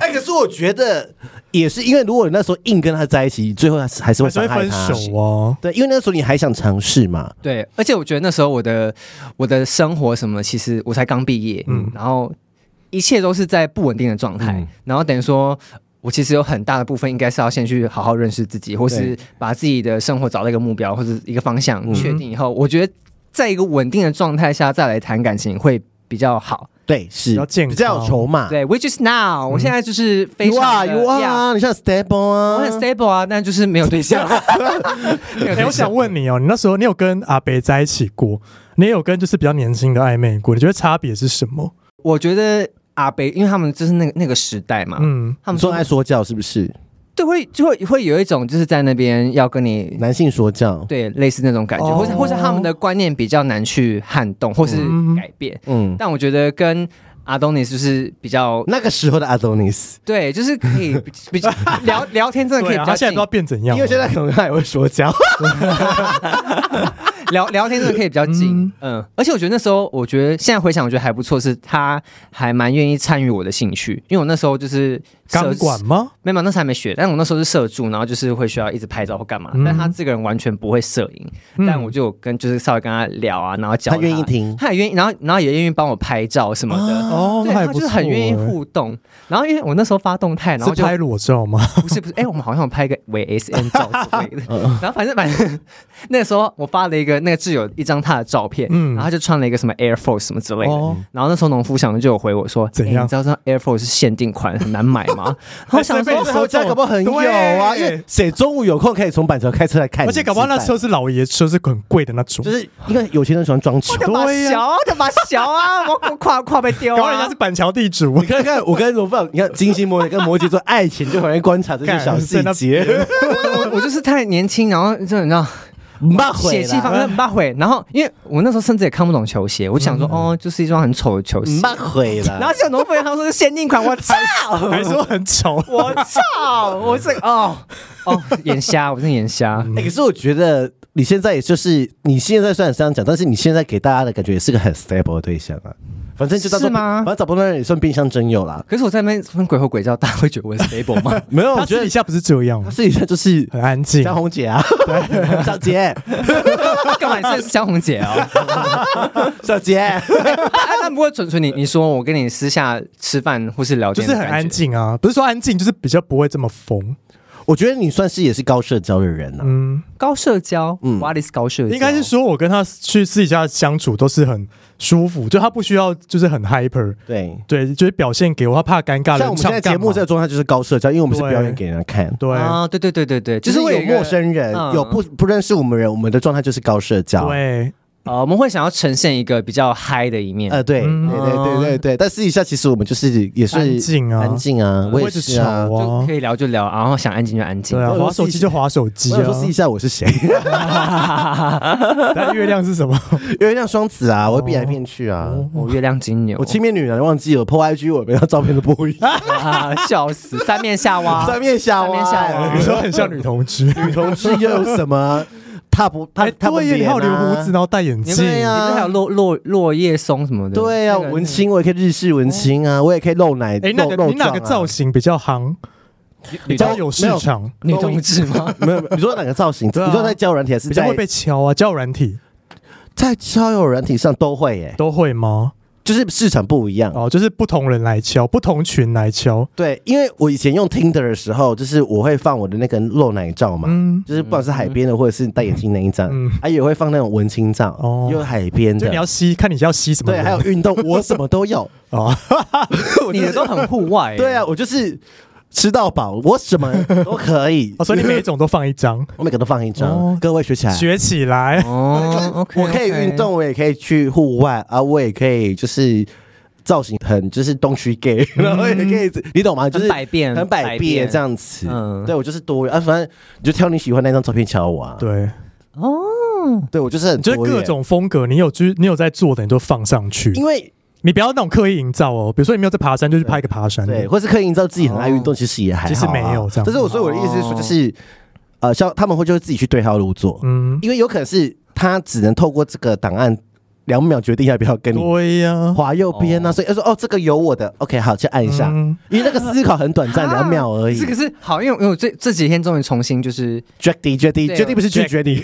C: 哎，可是我觉得也是因为如果你那时候硬跟他在一起，最后还是还是会
B: 还是会
C: 伤害
B: 分
C: 他。
B: 手哦。
C: 对，因为那时候你还想尝试嘛，
D: 对，而且我觉得那时候我的我的生活什么的，其实我才刚毕业，
B: 嗯
D: 然后一切都是在不稳定的状态，
C: 嗯
D: 然后等于说。我其实有很大的部分应该是要先去好好认识自己，或是把自己的生活找到一个目标或者一个方向
C: 嗯
D: 确定以后，我觉得在一个稳定的状态下再来谈感情会比较好。
C: 对，是
B: 比较健康
C: 比较有筹码。
D: 对，which is now，、我现在就是非
C: You
D: 常
C: are,
D: 的
C: 啊 you are，
D: yeah，
C: 啊你像 stable 啊，
D: 我很 stable 啊，但就是没有对象。没有
B: 哎、
D: 对
B: 我想
D: 象
B: 问你哦，你那时候你有跟阿北在一起过，你也有跟就是比较年轻的暧昧过，你觉得差别是什么？
D: 我觉得阿北，因为他们就是那个那个时代嘛，
B: 嗯，
D: 他
C: 你
D: 们
C: 说
D: 说
C: 爱说教是不是？
D: 对，会就会会有一种就是在那边要跟你
C: 男性说教，
D: 对类似那种感觉，
B: 哦
D: 或者或者他们的观念比较难去撼动或是
B: 嗯
D: 改变。
C: 嗯，
D: 但我觉得跟阿东尼就是比较
C: 那个时候的 Adonis，
D: 对，就是可 以比比较聊聊天，真的可
B: 对
D: 以
B: 啊，
D: 比
B: 他
D: 较
B: 现在不
D: 近
B: 知道变怎样
C: 因
B: 了，
C: 为现在可能他也会 说教，
D: 聊聊天，真的可以比较近。嗯，而且我觉得那时候，我觉得现在回想，我觉得还不错，是他还蛮愿意参与我的兴趣，因为我那时候就是社
B: 钢管吗？
D: 没有，那时候还没学，但我那时候是社助，然后就是会需要一直拍照或干嘛。
B: 嗯
D: 但他这个人完全不会摄影，
B: 嗯
D: 但我就有跟就是稍微跟他聊啊，然后教
C: 他愿意听
D: 他也愿意，然后然后也愿意帮我拍照什么的。
B: 哦，
D: 对
B: 那还不
D: 他就
B: 错、
D: 是
B: 欸，
D: 很愿意互动，然后因为我那时候发动态，然后
B: 是
D: 就
B: 拍裸照吗？
D: 不是不是，哎、我们好像有拍一个伪 S N 照之 类的，
B: 嗯
D: 然后反正反正那个时候我发了一个那个挚友一张他的照片，
B: 嗯
D: 然后他就穿了一个什么 Air Force 什么之类的，
B: 哦
D: 然后那时候农夫想就有回我说，
B: 怎
D: 哎
B: 样
D: 你知道这张 Air Force 是限定款，很难买吗？ 然后我想
B: 被
D: 说
B: 你说中
C: 教搞不好很有啊，
B: 对
C: 因为谁中午有空可以从板桥开车来看你，
B: 而且搞不好那车是老爷车，是很贵的那种，
C: 就是因为有钱人喜欢装 穷。
D: 他妈
B: 对呀
D: 小啊，他妈小啊，我我跨跨被丢
B: 搞不好人
D: 啊
B: 家是！板桥地主
C: 你。看看我跟罗范，你看金星摩羯跟摩羯座爱情就很爱观察这些小细节，
D: 我我就是太年轻，然后就你知道。
C: 骂
D: 血
C: 回
D: 气方
C: 啦，嗯
D: 刚很毁，然后因为我那时候甚至也看不懂球鞋，我想说、
C: 嗯
D: 哦，就是一双很丑的球鞋。
C: 骂回
D: 然
C: 啦
D: 后。结果农夫他说是限定款，我 操！
B: 还说很丑，
D: 我操！我这 哦哦眼瞎，我是眼瞎。
C: 哎、可是我觉得你现在也就是你现在虽然这样讲，但是你现在给大家的感觉也是个很 stable 的对象啊。反正就当做
D: 是吗
C: 反正找不到人也算变相真有啦。
D: 可是我在那边什么鬼吼鬼叫，大家会觉得我是 stable 吗？
C: 没有，我
B: 他
C: 觉
B: 私
C: 得
B: 底下不是这样，
C: 私底下就是
B: 很安静。
C: 江红姐啊，小杰，
D: 干嘛？你是江红姐哦？
C: 小杰，
D: 哎那不过纯纯你你说我跟你私下吃饭或是聊
B: 就
D: 天，
B: 是很安。静啊，不是说安静，就是比较不会这么疯。
C: 我觉得你算是也是高社交的人啊。
B: 嗯，
D: 高社交，
C: 嗯
D: 嗯，What is 高社交？
B: 应该是说我跟他去私底下相处都是很舒服，就他不需要就是很 hyper，
C: 对，
B: 对，就是表现给我，他怕尴尬。
C: 像我
B: 冷
C: 们
B: 场
C: 现在节
B: 干嘛
C: 目这个状态就是高社交，因为我们是
B: 对
C: 表演给人家看。
B: 对
D: 啊，对对对对对，
C: 就是是
D: 会
C: 有
D: 一个
C: 陌生人，
D: 嗯
C: 有不不认识我们人，我们的状态就是高社交。，
B: 对，
D: 呃，我们会想要呈现一个比较嗨的一面。
C: 呃，对，
B: 嗯
C: 对对对对对。但私底下其实我们就是也是
B: 安静啊
C: 安静啊，我
B: 不
C: 也
B: 会一直
C: 是
B: 吵
C: 啊。
D: 就
B: 啊
D: 可，以聊就聊，然后想安静就安静。
B: 对啊，
C: 我
B: 滑手机就滑手机
C: 我
B: 啊
C: 想。说 私底下我是谁？
B: 但月亮是 什么？
C: 因为像双子啊，我会变来变去啊。
D: 我月亮金牛，
C: 我青面女人忘记了 p o IG，我每张照片都不一样，
D: 啊，笑死，三面下 挖，
C: 三面啊下
D: 啊三面
C: 哇，
D: 下
B: 你说很像女同志。
C: 女同志又有什么？踏不踏
B: 哎，
C: 踏不
B: 对耶，你
C: 脸
B: 还有留
C: 啊
B: 胡子，然后戴眼镜，
C: 对
D: 你不是还有
C: 呀，
D: 落落落叶松什么的？
C: 对呀，
D: 那个
C: 文青我也可以日式文青啊，我也可以露奶，
B: 哦哎，那
C: 露
B: 个
C: 露
B: 你哪个
C: 状
B: 造
C: 啊？
B: 型比较行，比较有市场，
D: 女同志 吗？
C: 没有，没有你说哪个造型？
B: 对啊
C: 你说在交友软体还是
B: 比较
C: 在
B: 会被敲啊？交友软体
C: 在交友软体上都会耶，
B: 都会吗？
C: 就是市场不一样。
B: 哦，就是不同人来敲，不同群来敲。
C: 对，因为我以前用 Tinder 的时候，就是我会放我的那个露奶照嘛，
B: 嗯，
C: 就是不管是海边的或者是戴眼镜那一张，
B: 嗯
C: 啊也会放那种文青照，
B: 哦
C: 也有海边
B: 就
C: 的
B: 你，要吸，看你要吸什么
C: 对，
B: 人。
C: 还有运动，我什么 都有。
B: 哦，。
D: 你的都很户外。
C: 对啊，，我就是吃到饱，我什么都可以
B: 哦所以你每一种都放一 张，
C: 我每个都放一张，
B: 哦
C: 各位学起来。
B: 学起来。
D: 哦，OK，
C: 我可以运动，我也可以去户外啊，我也可以就是造型很就是东区 gay，然
B: 嗯
C: 后也可以，你懂吗？就是
D: 很百变
C: 很百
D: 百变
C: 这样子。
D: 嗯
C: 对我就是多元啊，反正你就挑你喜欢那张照片敲我啊。，
B: 对，
D: 哦，
C: 对我就是很
B: 就是
C: 多元
B: 各，种风格，你有就是你有在做的，你就放上去。
C: 因为
B: 你不要那种刻意营造哦，比如说你没有在爬山，就去拍一个爬山的。
C: 对，或是刻意营造自己很爱运动，其实也还好
B: 嗯
C: 啊
B: 哦其实没有这样
C: 但是我所以我的意思是说，
D: 哦
C: 就是呃，像他们会就会自己去对号入座，
B: 嗯，
C: 因为有可能是他只能透过这个档案两秒决定要不要跟你
B: 对呀，
C: 滑右边呢、啊，所以他说哦，这个有我的，OK，好，去按一下，
B: 嗯
C: 因为那个思考很短暂，
D: 啊
C: 两秒而已
D: 这。个是好，因为因为我这这几天终于重 新就是，
C: 决定，决定，
D: 对
C: 决定不是拒绝你，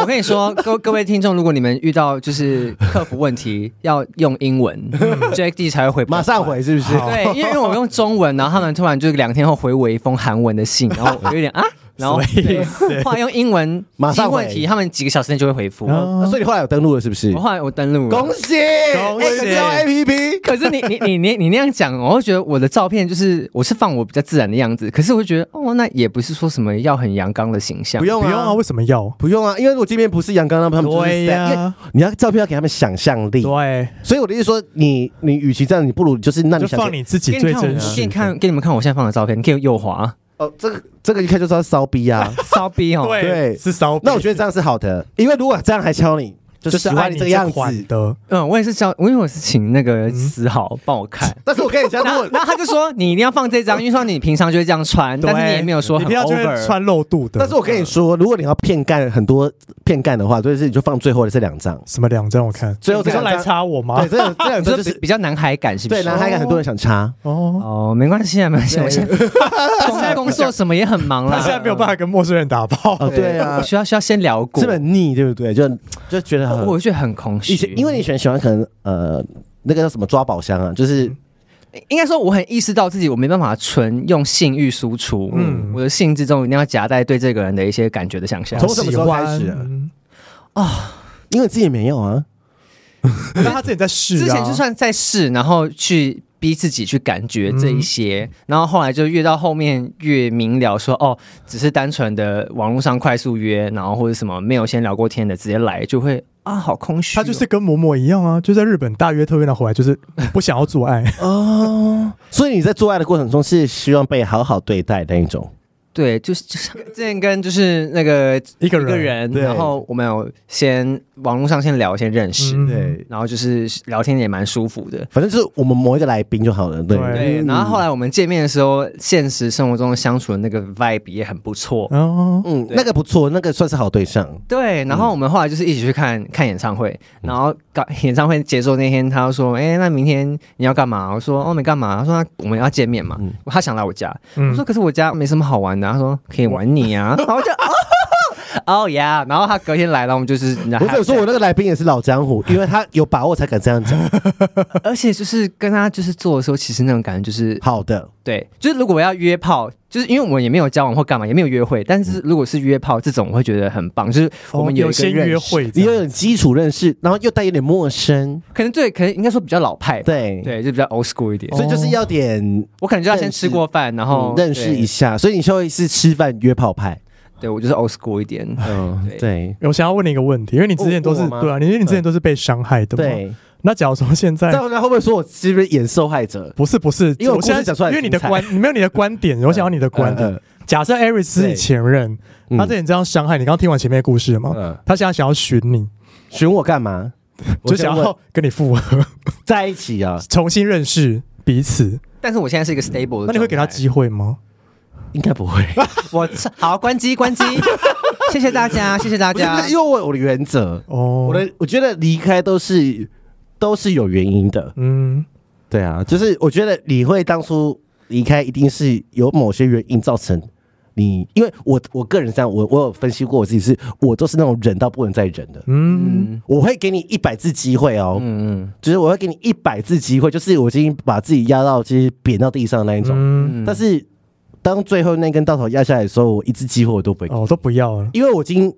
D: 我跟你说，各各位听众，如果你们遇到就是客服问题，要用英 文，Jack D 才会回，
C: 马上。回，是不是？
B: 哦
D: 对，因为因为我用中文，然后他们突然就是两天后回我一封韩文的信，然后我有 点啊，然后
B: 什么意
D: 对
B: 思
D: 后来用英文
C: 马上
D: 提问
C: 回
D: 题，他们几个小时内就会回复。
B: 啊
C: 所以你后来有登录了，是不是
D: 我？后来我登录了，
C: 恭喜，哎
B: 恭喜
C: 交 APP，
D: 可是你你你你你那样讲，我会觉得我的照片就是我是放我比较自然的样子，可是我会觉得哦，那也不是说什么要很阳刚的形象
C: 不。用
B: 不用啊，
C: 啊，
B: 为什么要？
C: 不用啊，因为我这边不是阳刚，那他们就是
B: 对
C: sad，
B: 呀
C: 因为你要照片要给他们想象力，
B: 对，
C: 所以我的意思说，你你与其这样，你不如就是那你
B: 就
C: 想
B: 放你自己
D: 给你
B: 最
D: 看
B: 真
D: 我，给
B: 实
D: 你。看，给你们看我现在放的照片，你可以右滑，
C: 哦，这个这个一看就知道是骚逼 啊。
D: 骚逼哦。
C: 对
B: 是骚逼。
C: 那我觉得这样是好的，因为如果这样还敲你，就
B: 就是
C: 喜欢
B: 按你
C: 这个样
B: 款
C: 子。
B: 的，
D: 嗯，我也是叫，因为我是请那
B: 嗯
D: 个思豪帮我看。
C: 但是我跟你讲，如
D: 然后，
C: 果
D: 然后他就说你一定要放这张，因为说你平常就会这样 穿，但是你也没有说
B: 你
D: 很
B: 不要就
D: over。
B: 是穿露肚的。
C: 但是我跟你说，如果你要骗干很多骗干的话，就是你就放最后的这两张，
B: 什么两张我看，
C: 最后这
B: 你说来
C: 两张，
B: 插我吗
C: 对，？这 两这两
D: 你
C: 张
D: 说
C: 就是
D: 比比较男孩感是不
C: 对
D: 是？
C: 男孩感很多人想插，
B: 哦，
D: 哦，没关系啊，没关系，我 现在工工作什么也很忙啦。
B: 他现在没有办
D: 法，
B: 法跟陌生人打炮。
C: 哦对啊
D: 我，需要需要先聊过哦
C: 这。本腻对不对？就就觉得很
D: 我觉得很空虚
C: 以，前因为你以前喜欢可能呃那个叫什么抓宝箱啊，就是
D: 应该说我很意识到自己我没办法纯用性欲输出，嗯
B: 嗯，
D: 我的性之中一定要夹带对这个人的一些感觉的想象
C: 从。什么时候开始
B: 喜
C: 啊
B: 欢？ 嗯
C: 因为你自己也没有啊，
B: 但他自己在试啊，
D: 之前就算在试，然后去逼自己去感觉这一些，
B: 嗯
D: 然后后来就越到后面越明了说，哦，只是单纯的网络上快速约，然后或者什么没有先聊过天的直接来，就会啊好空虚哦、
B: 他就是跟嬷嬷一样啊，就在日本大约特约那回来， 就是不想要做 爱，
C: 哦，所以你在做爱的过程中是希望被好好对待那一种，
D: 对，就是就是之前跟就是那个
B: 一个人
D: 一个人，
C: 对
D: 然后我们有先网络上先聊先认识，
B: 嗯，
D: 然后就是聊天也蛮舒服的。
C: 反正就是我们某一个来宾就好了，对
B: 对
D: 对，然后后来我们见面的时候，现实生活中相处的那个 vibe 也很不错。
B: 哦，
C: 嗯，
D: 对
C: 那个不错，那个算是好对象。
D: 对，然后我们后来就是一起去看
C: 嗯
D: 看演唱会，然后搞 演唱会结束那天，他就说：“哎、那明天你要干嘛？”我说：“哦，没干嘛。”他说那：“我们要见面嘛。
C: 嗯
D: 他想来我家，我
B: 嗯
D: 说：“可是我家没什么好玩的。”他说：“可以玩 你啊。”然后我就哦呀，然后他隔天来了，我们就是
C: 我只有说，我那个来宾也是老江湖，因为他有把握才敢这样讲。
D: 而且就是跟他就是做的时候，其实那种感觉就是
C: 好的，
D: 对，就是如果我要约炮，就是因为我们也没有交往或干嘛，也没有约会，但是如果是约炮这种，我会觉得很棒，就是我们
C: 哦
B: 有
D: 有一个
B: 先
D: 认
B: 约
D: 识，
B: 会这
C: 你
B: 样，
C: 有点基础认识，然后又带有点陌生，
D: 可能对，可能应该说比较老派吧，
C: 对，哦
D: 对，就比较 old school 一点。
C: 所以就是要点、
D: 我可能就要先吃过饭，然
C: 嗯
D: 后
C: 认识一下。所以你稍微是吃饭约炮派，
D: 对。对我就是 old school 一点，
C: 嗯，对
B: 我想要问你一个问题，因为你之前都是
C: 我我吗
B: 对啊，你因为你之前都是被伤害的嘛。
C: 对。哎
B: 那假如说现
C: 这
B: 在
C: 样他会不会说我是不是演受害者？
B: 不是不是，
C: 因为我
B: 我现
C: 故
B: 在
C: 事讲出来
B: 因为你的
C: 很精彩
B: 观，你没有你的观 点，我想要你的观点。
C: 嗯
B: 假设艾瑞斯是你前任，
C: 嗯
B: 他对你这样伤害你，刚刚听完前面的故事了吗？
C: 嗯，
B: 他现在想要寻你，
C: 选我干嘛？ 我
B: 就想
C: 问
B: 要跟你复合，
C: 在一起啊，
B: 重新认识彼此。
D: 但是我现在是一个 stable 的。
B: 那你会给他？机会吗？
C: 应该不会。
D: 我 好关机 关机，谢谢大家，谢谢 大
C: 不是不
D: 家
C: 是，。因为我我的原则，
B: 哦，
C: 我的我觉得离开都是都是有原因的。
B: 嗯，
C: 对啊，就是我觉得你会当初离开，一定是有某些原因造成你，因为我我个人这样，我我有分析过我自己是，我都是那种忍到不能再忍的。
B: 嗯，
D: 嗯
C: 我会给你一百次机会哦，
D: 嗯
C: 就是我会给你一百次机会，就是我已经把自己压到就是扁到地上那一种。
B: 嗯，
D: 嗯
C: 但是当最后那根稻草压下来的时候，我一次机会我都不会给，
B: 哦，都不要了，
C: 因为我已经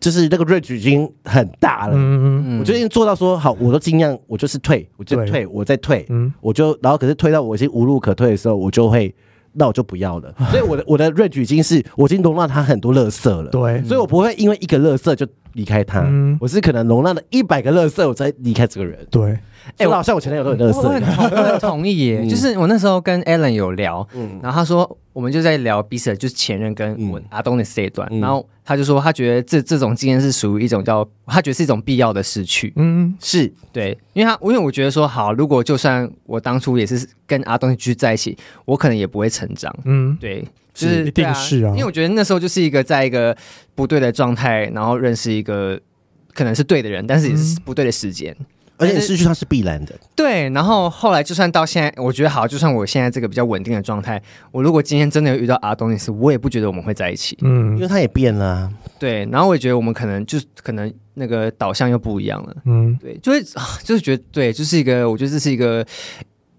C: 就是那个 range 已经很大了。
B: 嗯嗯
D: 嗯
C: 我就已经做到说好，我都尽量，我就是退，我就
B: 对
C: 退，我再退，
B: 嗯
C: 我就然后可是退到我已经无路可退的时候，我就会那我就不要了。所以我的我的 range 已经是我已经容纳他很多垃圾了，，
B: 嗯对，
C: 呃所以我不会因为一个垃圾就离开他，
B: 嗯
C: 我是可能容纳了一百个垃圾，我才离开这个人。
B: 对，
C: 哎、我好像我前男友都很
D: 我
C: 垃
D: 我很
C: 圾，
D: 同我很同意 耶，
C: 嗯
D: 就是我那时候跟 Alan 有聊，
C: 嗯
D: 然后他说我们就在聊彼此的就是前任跟
C: 嗯
D: 我阿东的这一段，
C: 嗯
D: 然后他就说他觉得这这种经验是属于一种叫他觉得是一种必要的失去，
B: 嗯，
C: 是
D: 对，因为他因为我觉得说好，如果就算我当初也是跟阿东继续在一起，我可能也不会成长。
B: 嗯，
D: 对，就是是
B: 一定
D: 对
B: 是啊
D: 因为我觉得那时候就是一个在一个不对的状态，然后认识一个可能是对的人，但是也是
B: 嗯
D: 不对的时间。
C: 而且你失去它是必然的，
D: 对，然后后来就算到现在，我觉得好，就算我现在这个比较稳定的状态，我如果今天真的有遇到阿东的事，我也不觉得我们会在一起。
B: 嗯
C: 因为它也变了、啊。
D: 对，然后我也觉得我们可能就是可能那个导向又不一样了。
B: 嗯
D: 对，就会、啊就是觉得对，就是一个，我觉得这是一个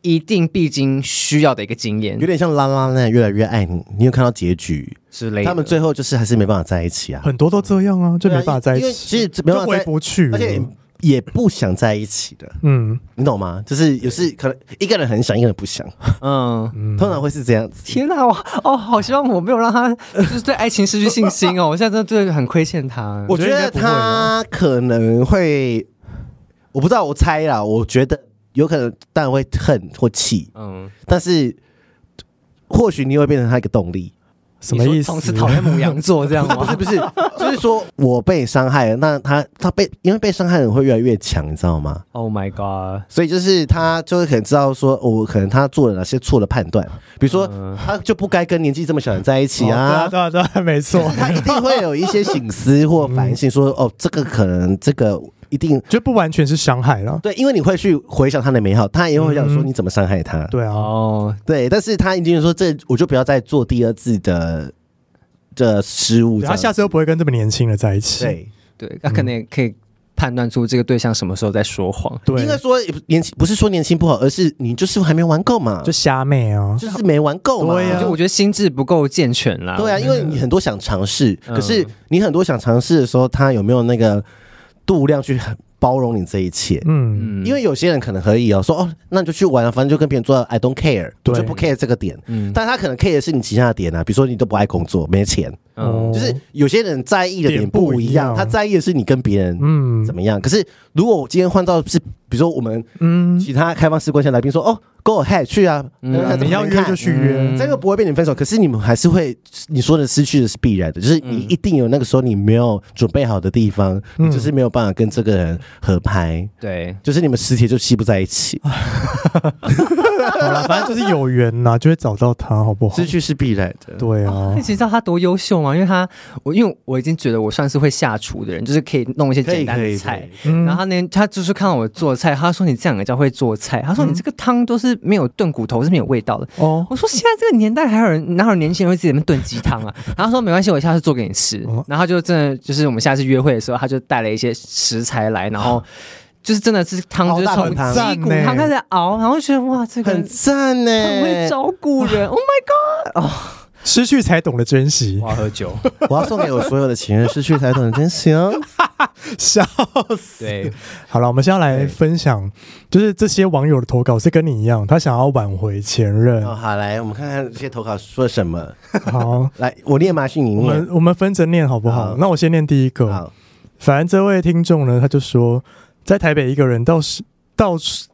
D: 一定必经需要的一个经验
C: 有点像拉拉那越来越爱你，你有看到结局，
D: 之类的。
C: 他们最后就是还是没办法在一起啊，
B: 很多都这样啊，就没办法在一
C: 因为
B: 起，
C: 其实没办
B: 就
C: 法
B: 回
C: 在，
B: 不去了，
C: 而且也不想在一起的，
B: 嗯
C: 你懂吗？就是有时可能一个人很想，一个人不想，
D: 嗯，
B: 嗯，
C: 通常会是这样子。
D: 天哪，我哦，好希望我没有让他就是对爱情失去信 心哦，我现在真的对很亏欠他。
C: 我
B: 觉
C: 觉
B: 得应该
C: 得
B: 不会吧
C: 他可能会，我不知道，我猜啦，我觉得有可能，当然会恨或气，
D: 嗯，
C: 但是或许你会变成他一个动 力。
B: 什么意
D: 你
B: 思？
D: 说从此讨厌母羊座这样
C: 不是
D: 吗？
C: 不是，就是说我被伤害了，那他他被因为被伤害的人会越来越强，你知道吗？
D: Oh my god！
C: 所以就是他就会可能知道说，哦我可能他做了哪些错的判断，比如说
D: 嗯
C: 他就不该跟年纪这么小的人在一起
B: 哦
C: 啊，
B: 对啊对啊 对啊，没 错，
C: 他一定会有一些醒思或反省，说哦，这个可能这个一定
B: 就不完全是伤害了，
C: 对，因为你会去回想他的美好，他也会想说
B: 嗯
C: 你怎么伤害他，
B: 对啊，
D: 哦，
C: 对，但是他一定说这我就不要再做第二次的的失误
B: 对
C: 这
B: 他
C: 样子，
B: 下次又不会跟这么年轻的在一起，
C: 对。
D: 对，他可能也可以判断出这个对象什么时候在说谎。
B: 对
C: 应该，说年轻不是说年轻不好，而是你就是还没玩够嘛，
B: 就
C: 就
B: 虾妹啊，
C: 就是没玩够嘛。
B: 对啊
D: 就我觉得心智不够健全啦。
C: 对啊，因为你很多想尝试，
D: 嗯
C: 可是你很多想尝试的时候，他有没有那个度量去包容你这一切？
B: 嗯，
D: 嗯，
C: 因为有些人可能可以哦，说哦，那你就去玩啊，反正就跟别人做，I don't care，
B: 对
C: 我就不 care 这个点。
D: 嗯
C: 但他可能 care 的是你其他的点啊，比如说你都不爱工作，没钱，
B: 哦
D: 嗯
C: 就是有些人在意的点
B: 点不
C: 不一
B: 一样
C: 样，他在意的是你跟别人
B: 嗯
C: 怎么样。可是如果我今天换到是，比如说我们
B: 嗯，
C: 其他开放式关系的来宾说，哦，Go ahead 去啊，
D: 嗯
C: 那他怎
B: 你
C: 么
B: 要
C: 能
B: 约
C: 看
B: 就去约，
D: 嗯
C: 这个不会被你分手，可是你们还是会，你说的失去的是必然的，就是你一定有那个时候你没有准备好的地方，
B: 嗯
C: 你就是没有办法跟这个人合拍，
D: 对，
C: 就是你们尸体就吸不在一起，
B: 啊好了，反正就是有缘呐，就会找到他，好不好？
C: 失去是必然的。
B: 对啊
C: 哦
D: 那，其实知道他多优秀吗？因为他，我因为我已经觉得我算是会下厨的人，就是可以弄一些
C: 可以
D: 简单
C: 可
D: 的
C: 以
D: 菜
C: 可以。
B: 嗯
D: 然后他那天他就是看到我做菜，他说你这两个叫会做菜，他说你这个汤都是没有炖骨头是没有味道的。
B: 哦，
D: 我说现在这个年代还有人哪有年轻人会自己在那边炖鸡汤啊？然后他说没关系，我下次做给你吃
B: 哦。
D: 然后他就真的就是我们下次约会的时候，他就带了一些食材来，然
B: 啊
D: 后就是真的是汤
C: 熬
D: 就是
C: 大
D: 从
C: 盆汤
D: 鸡骨
B: 赞呢
D: 汤开始熬，然后觉得哇这个
C: 很
D: 人
C: 赞呢、
D: 很会照 顾人，Oh my god！
B: 失去才懂得珍惜，
D: 要喝酒，
C: 我要送给我所有的情人，失去才懂得珍惜哦。
B: 笑
D: 对，
B: 好了，我们现在来
D: 对
B: 分享，就是这些网友的投稿是跟你一样，他想要挽回前任。
C: 哦，好，来我们看看这些投稿说什么。
B: 好，
C: 来，我念吗？是你
B: 我
C: 念
B: 们。我们分着念好不好？
C: 好
B: 那我先念第一个。
C: 好，
B: 反正这位听众呢，他就说在台北一个人到时到时，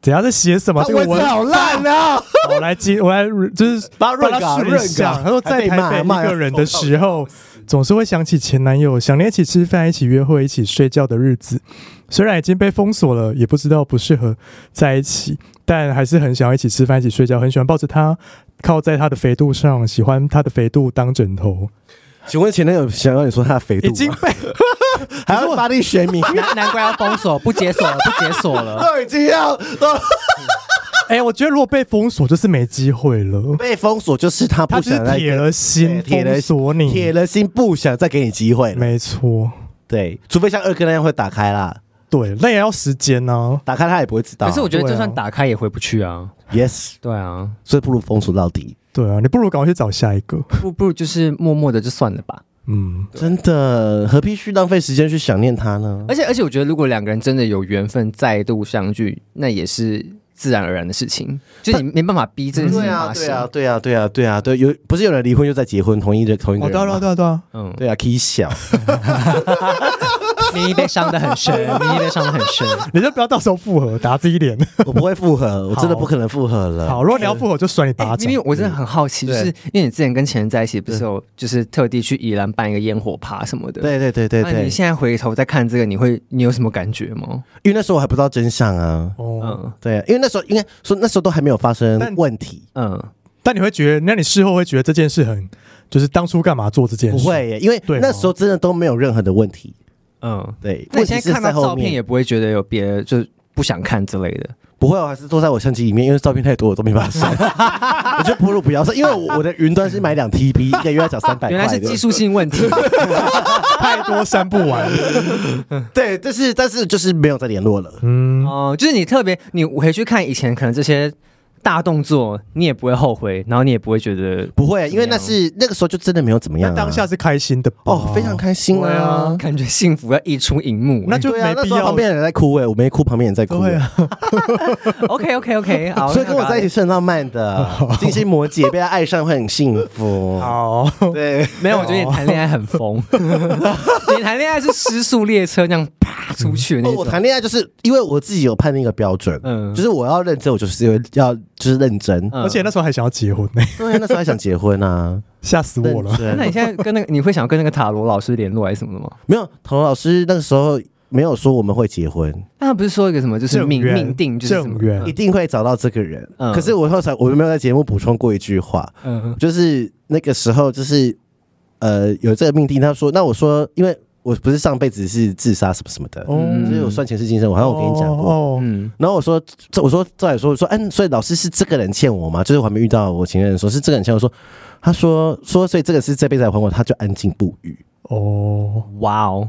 B: 等下在写什么？这个
C: 文字
B: 文，
C: 好烂啊！
B: 我来记， 我来就是
C: 把
B: 帮
C: 润
B: 他
C: 稿
B: 顺一
C: 润啊
B: 下。
C: 稿，
B: 他说在台北一个人的时候，总是会想起前男友，想念一起吃饭、一起约会、一起睡觉的日子。虽然已经被封锁了，也不知道不适合在一起，但还是很想要一起吃饭、一起睡觉，很喜欢抱着他，靠在他的肥肚上，喜欢他的肥肚当枕头。
C: 请问前男友想要你说他的肥度
B: 已
C: 吗？
B: 经被
C: 还要发力学名，
D: 难难怪要封锁，不解锁了，不解 锁了。
C: 都已经要都
B: 哎、我觉得如果被封锁，就是没机会 了。
C: 被封锁，就是他
B: 他
C: 不
B: 就是
C: 想再
B: 铁了心
C: 对铁了
B: 封锁
C: 铁
B: 你，
C: 了心不想再给你机会了。
B: 没错，
C: 对，除非像二哥那样会打开啦，
B: 对，那也要时间啊呢、
C: 打开他也不会知道。
D: 可是我觉得
B: 对啊
D: 就算打开也回不去啊。
C: yes，
D: 对啊，
C: 所以不如封锁到底。
B: 对啊，你不如赶快去找下一个。
D: 不不如就是默默的就算了吧。
B: 嗯，
C: 真的，何必去浪费时间去想念他呢？
D: 而且而且，我觉得如果两个人真的有缘分再度相聚，那也是自然而然的事情，就你没办法逼这件事
C: 对
D: 情
C: 啊，
D: 发
C: 对
D: 生。
C: 啊，对啊，对啊，对啊，对，有不是有人离婚又在结婚，同一的同一个
B: 哦，对啊，
C: 人
B: 对啊，
C: 吗？
B: 对啊，对啊。
D: 嗯，
C: 对啊，K 小，
D: 明一被伤的很深，明一被伤的很深。
B: 你就不要到时候复合，打自己脸。
C: 我不会复合，我真的
B: 好
C: 不可能复合了。
B: 好，如果你要复合，就甩你
D: 哎
B: 巴掌
D: 明。明我真的很好奇，就
C: 对
D: 是因为你之前跟前任在一起，不是有就是特地去宜兰办一个烟火趴什么的。。
C: 对对对对
D: 那
C: 对，
D: 你现在回头再看这个，你会你有什么感觉吗？
C: 因为那时候我还不知道真相啊。
B: 哦，
D: 嗯
C: 对啊，因为那时候应该说那时候都还没有发生
B: 但
C: 问题，
D: 嗯，
B: 但你会觉得，那你事后会觉得这件事很，就是当初干嘛做这件
C: 不
B: 事？
C: 会耶，因为
B: 对哦
C: 那时候真的都没有任何的问题，
D: 嗯，
C: 对，
D: 那你
C: 问题
D: 现
C: 是
D: 在看
C: 在
D: 到
C: 后
D: 照片
C: 面
D: 也不会觉得有别的，就是不想看之类的。
C: 不会，我还啊是都在我相机里面，因为照片太多，我都没办法删。 我觉得不如不要删，因为我我的云端是买两 TB，一个月要缴三 百块。
D: 原来是技。术性问题。
C: 啊
B: 太多删不完。
C: 对，但是但是就是没有再联络了。
B: 嗯，
D: 哦，就是你特别，你回去看以前可能这些大动作，你也不会后悔，然后你也不会觉得
C: 不会，因为
D: 怎
C: 那
D: 么样
C: 是那个时候就真的没有怎么样
B: 那
C: 啊、
B: 当下是开心的吧
C: 哦，非常开心
B: 对啊
C: 啊。
D: 感觉幸福要溢出荧幕。欸
B: 那就
C: 对啊，
B: 没
C: 那
B: 必
C: 时候
B: 要
C: 旁。边的人在哭哎、我没哭，旁边人在哭、
B: 对啊，
D: OK OK OK，好，
C: 所以跟我在一起
D: 起
C: 是很浪漫 的。金星摩羯被他爱上会很幸福。
B: 好，
C: 对，
D: 没有，我觉得你谈恋爱很 疯，你谈恋爱是失速列车那样啪出去的
C: 哦
D: 那
C: 我
D: 种。
C: 谈恋爱就是因为我自己有判定一个标准，
D: 嗯
C: 就是我要认真，我就是要就是认真。
D: 嗯
B: 而且那时候还想要结婚呢，
C: 对啊，那时候还想结婚啊，
B: 吓死我了。
C: 认
D: 那
C: 真
D: 你现在跟那个，你会想跟那个塔罗老师联络还是什么的吗？
C: 没有，童老师那个时候没有说我们会结婚，
D: 那他不是说一个什么，就是
B: 正
D: 命
B: 缘
D: 命定，就是什
B: 正
D: 么
B: 缘
C: 一定会找到这个人。
D: 嗯
C: 可是我后来我没有在节目补充过一句话，
D: 嗯嗯
C: 就是那个时候就是呃有这个命定，他说，那我说因为。我不是上辈子是自杀什么什么的，
B: 哦
C: 所以我算前世今生，我好嗯像我跟你讲过。
B: 哦，哦
D: 嗯
C: 然后我说，这我说照理说，我说，嗯，所以老师是这个人欠我吗？就是我还没遇到我情人的时候，是这个人欠我说，他说说，所以这个是这辈子来还我，他就安静不语，嗯
B: 哦，
D: 哇哦，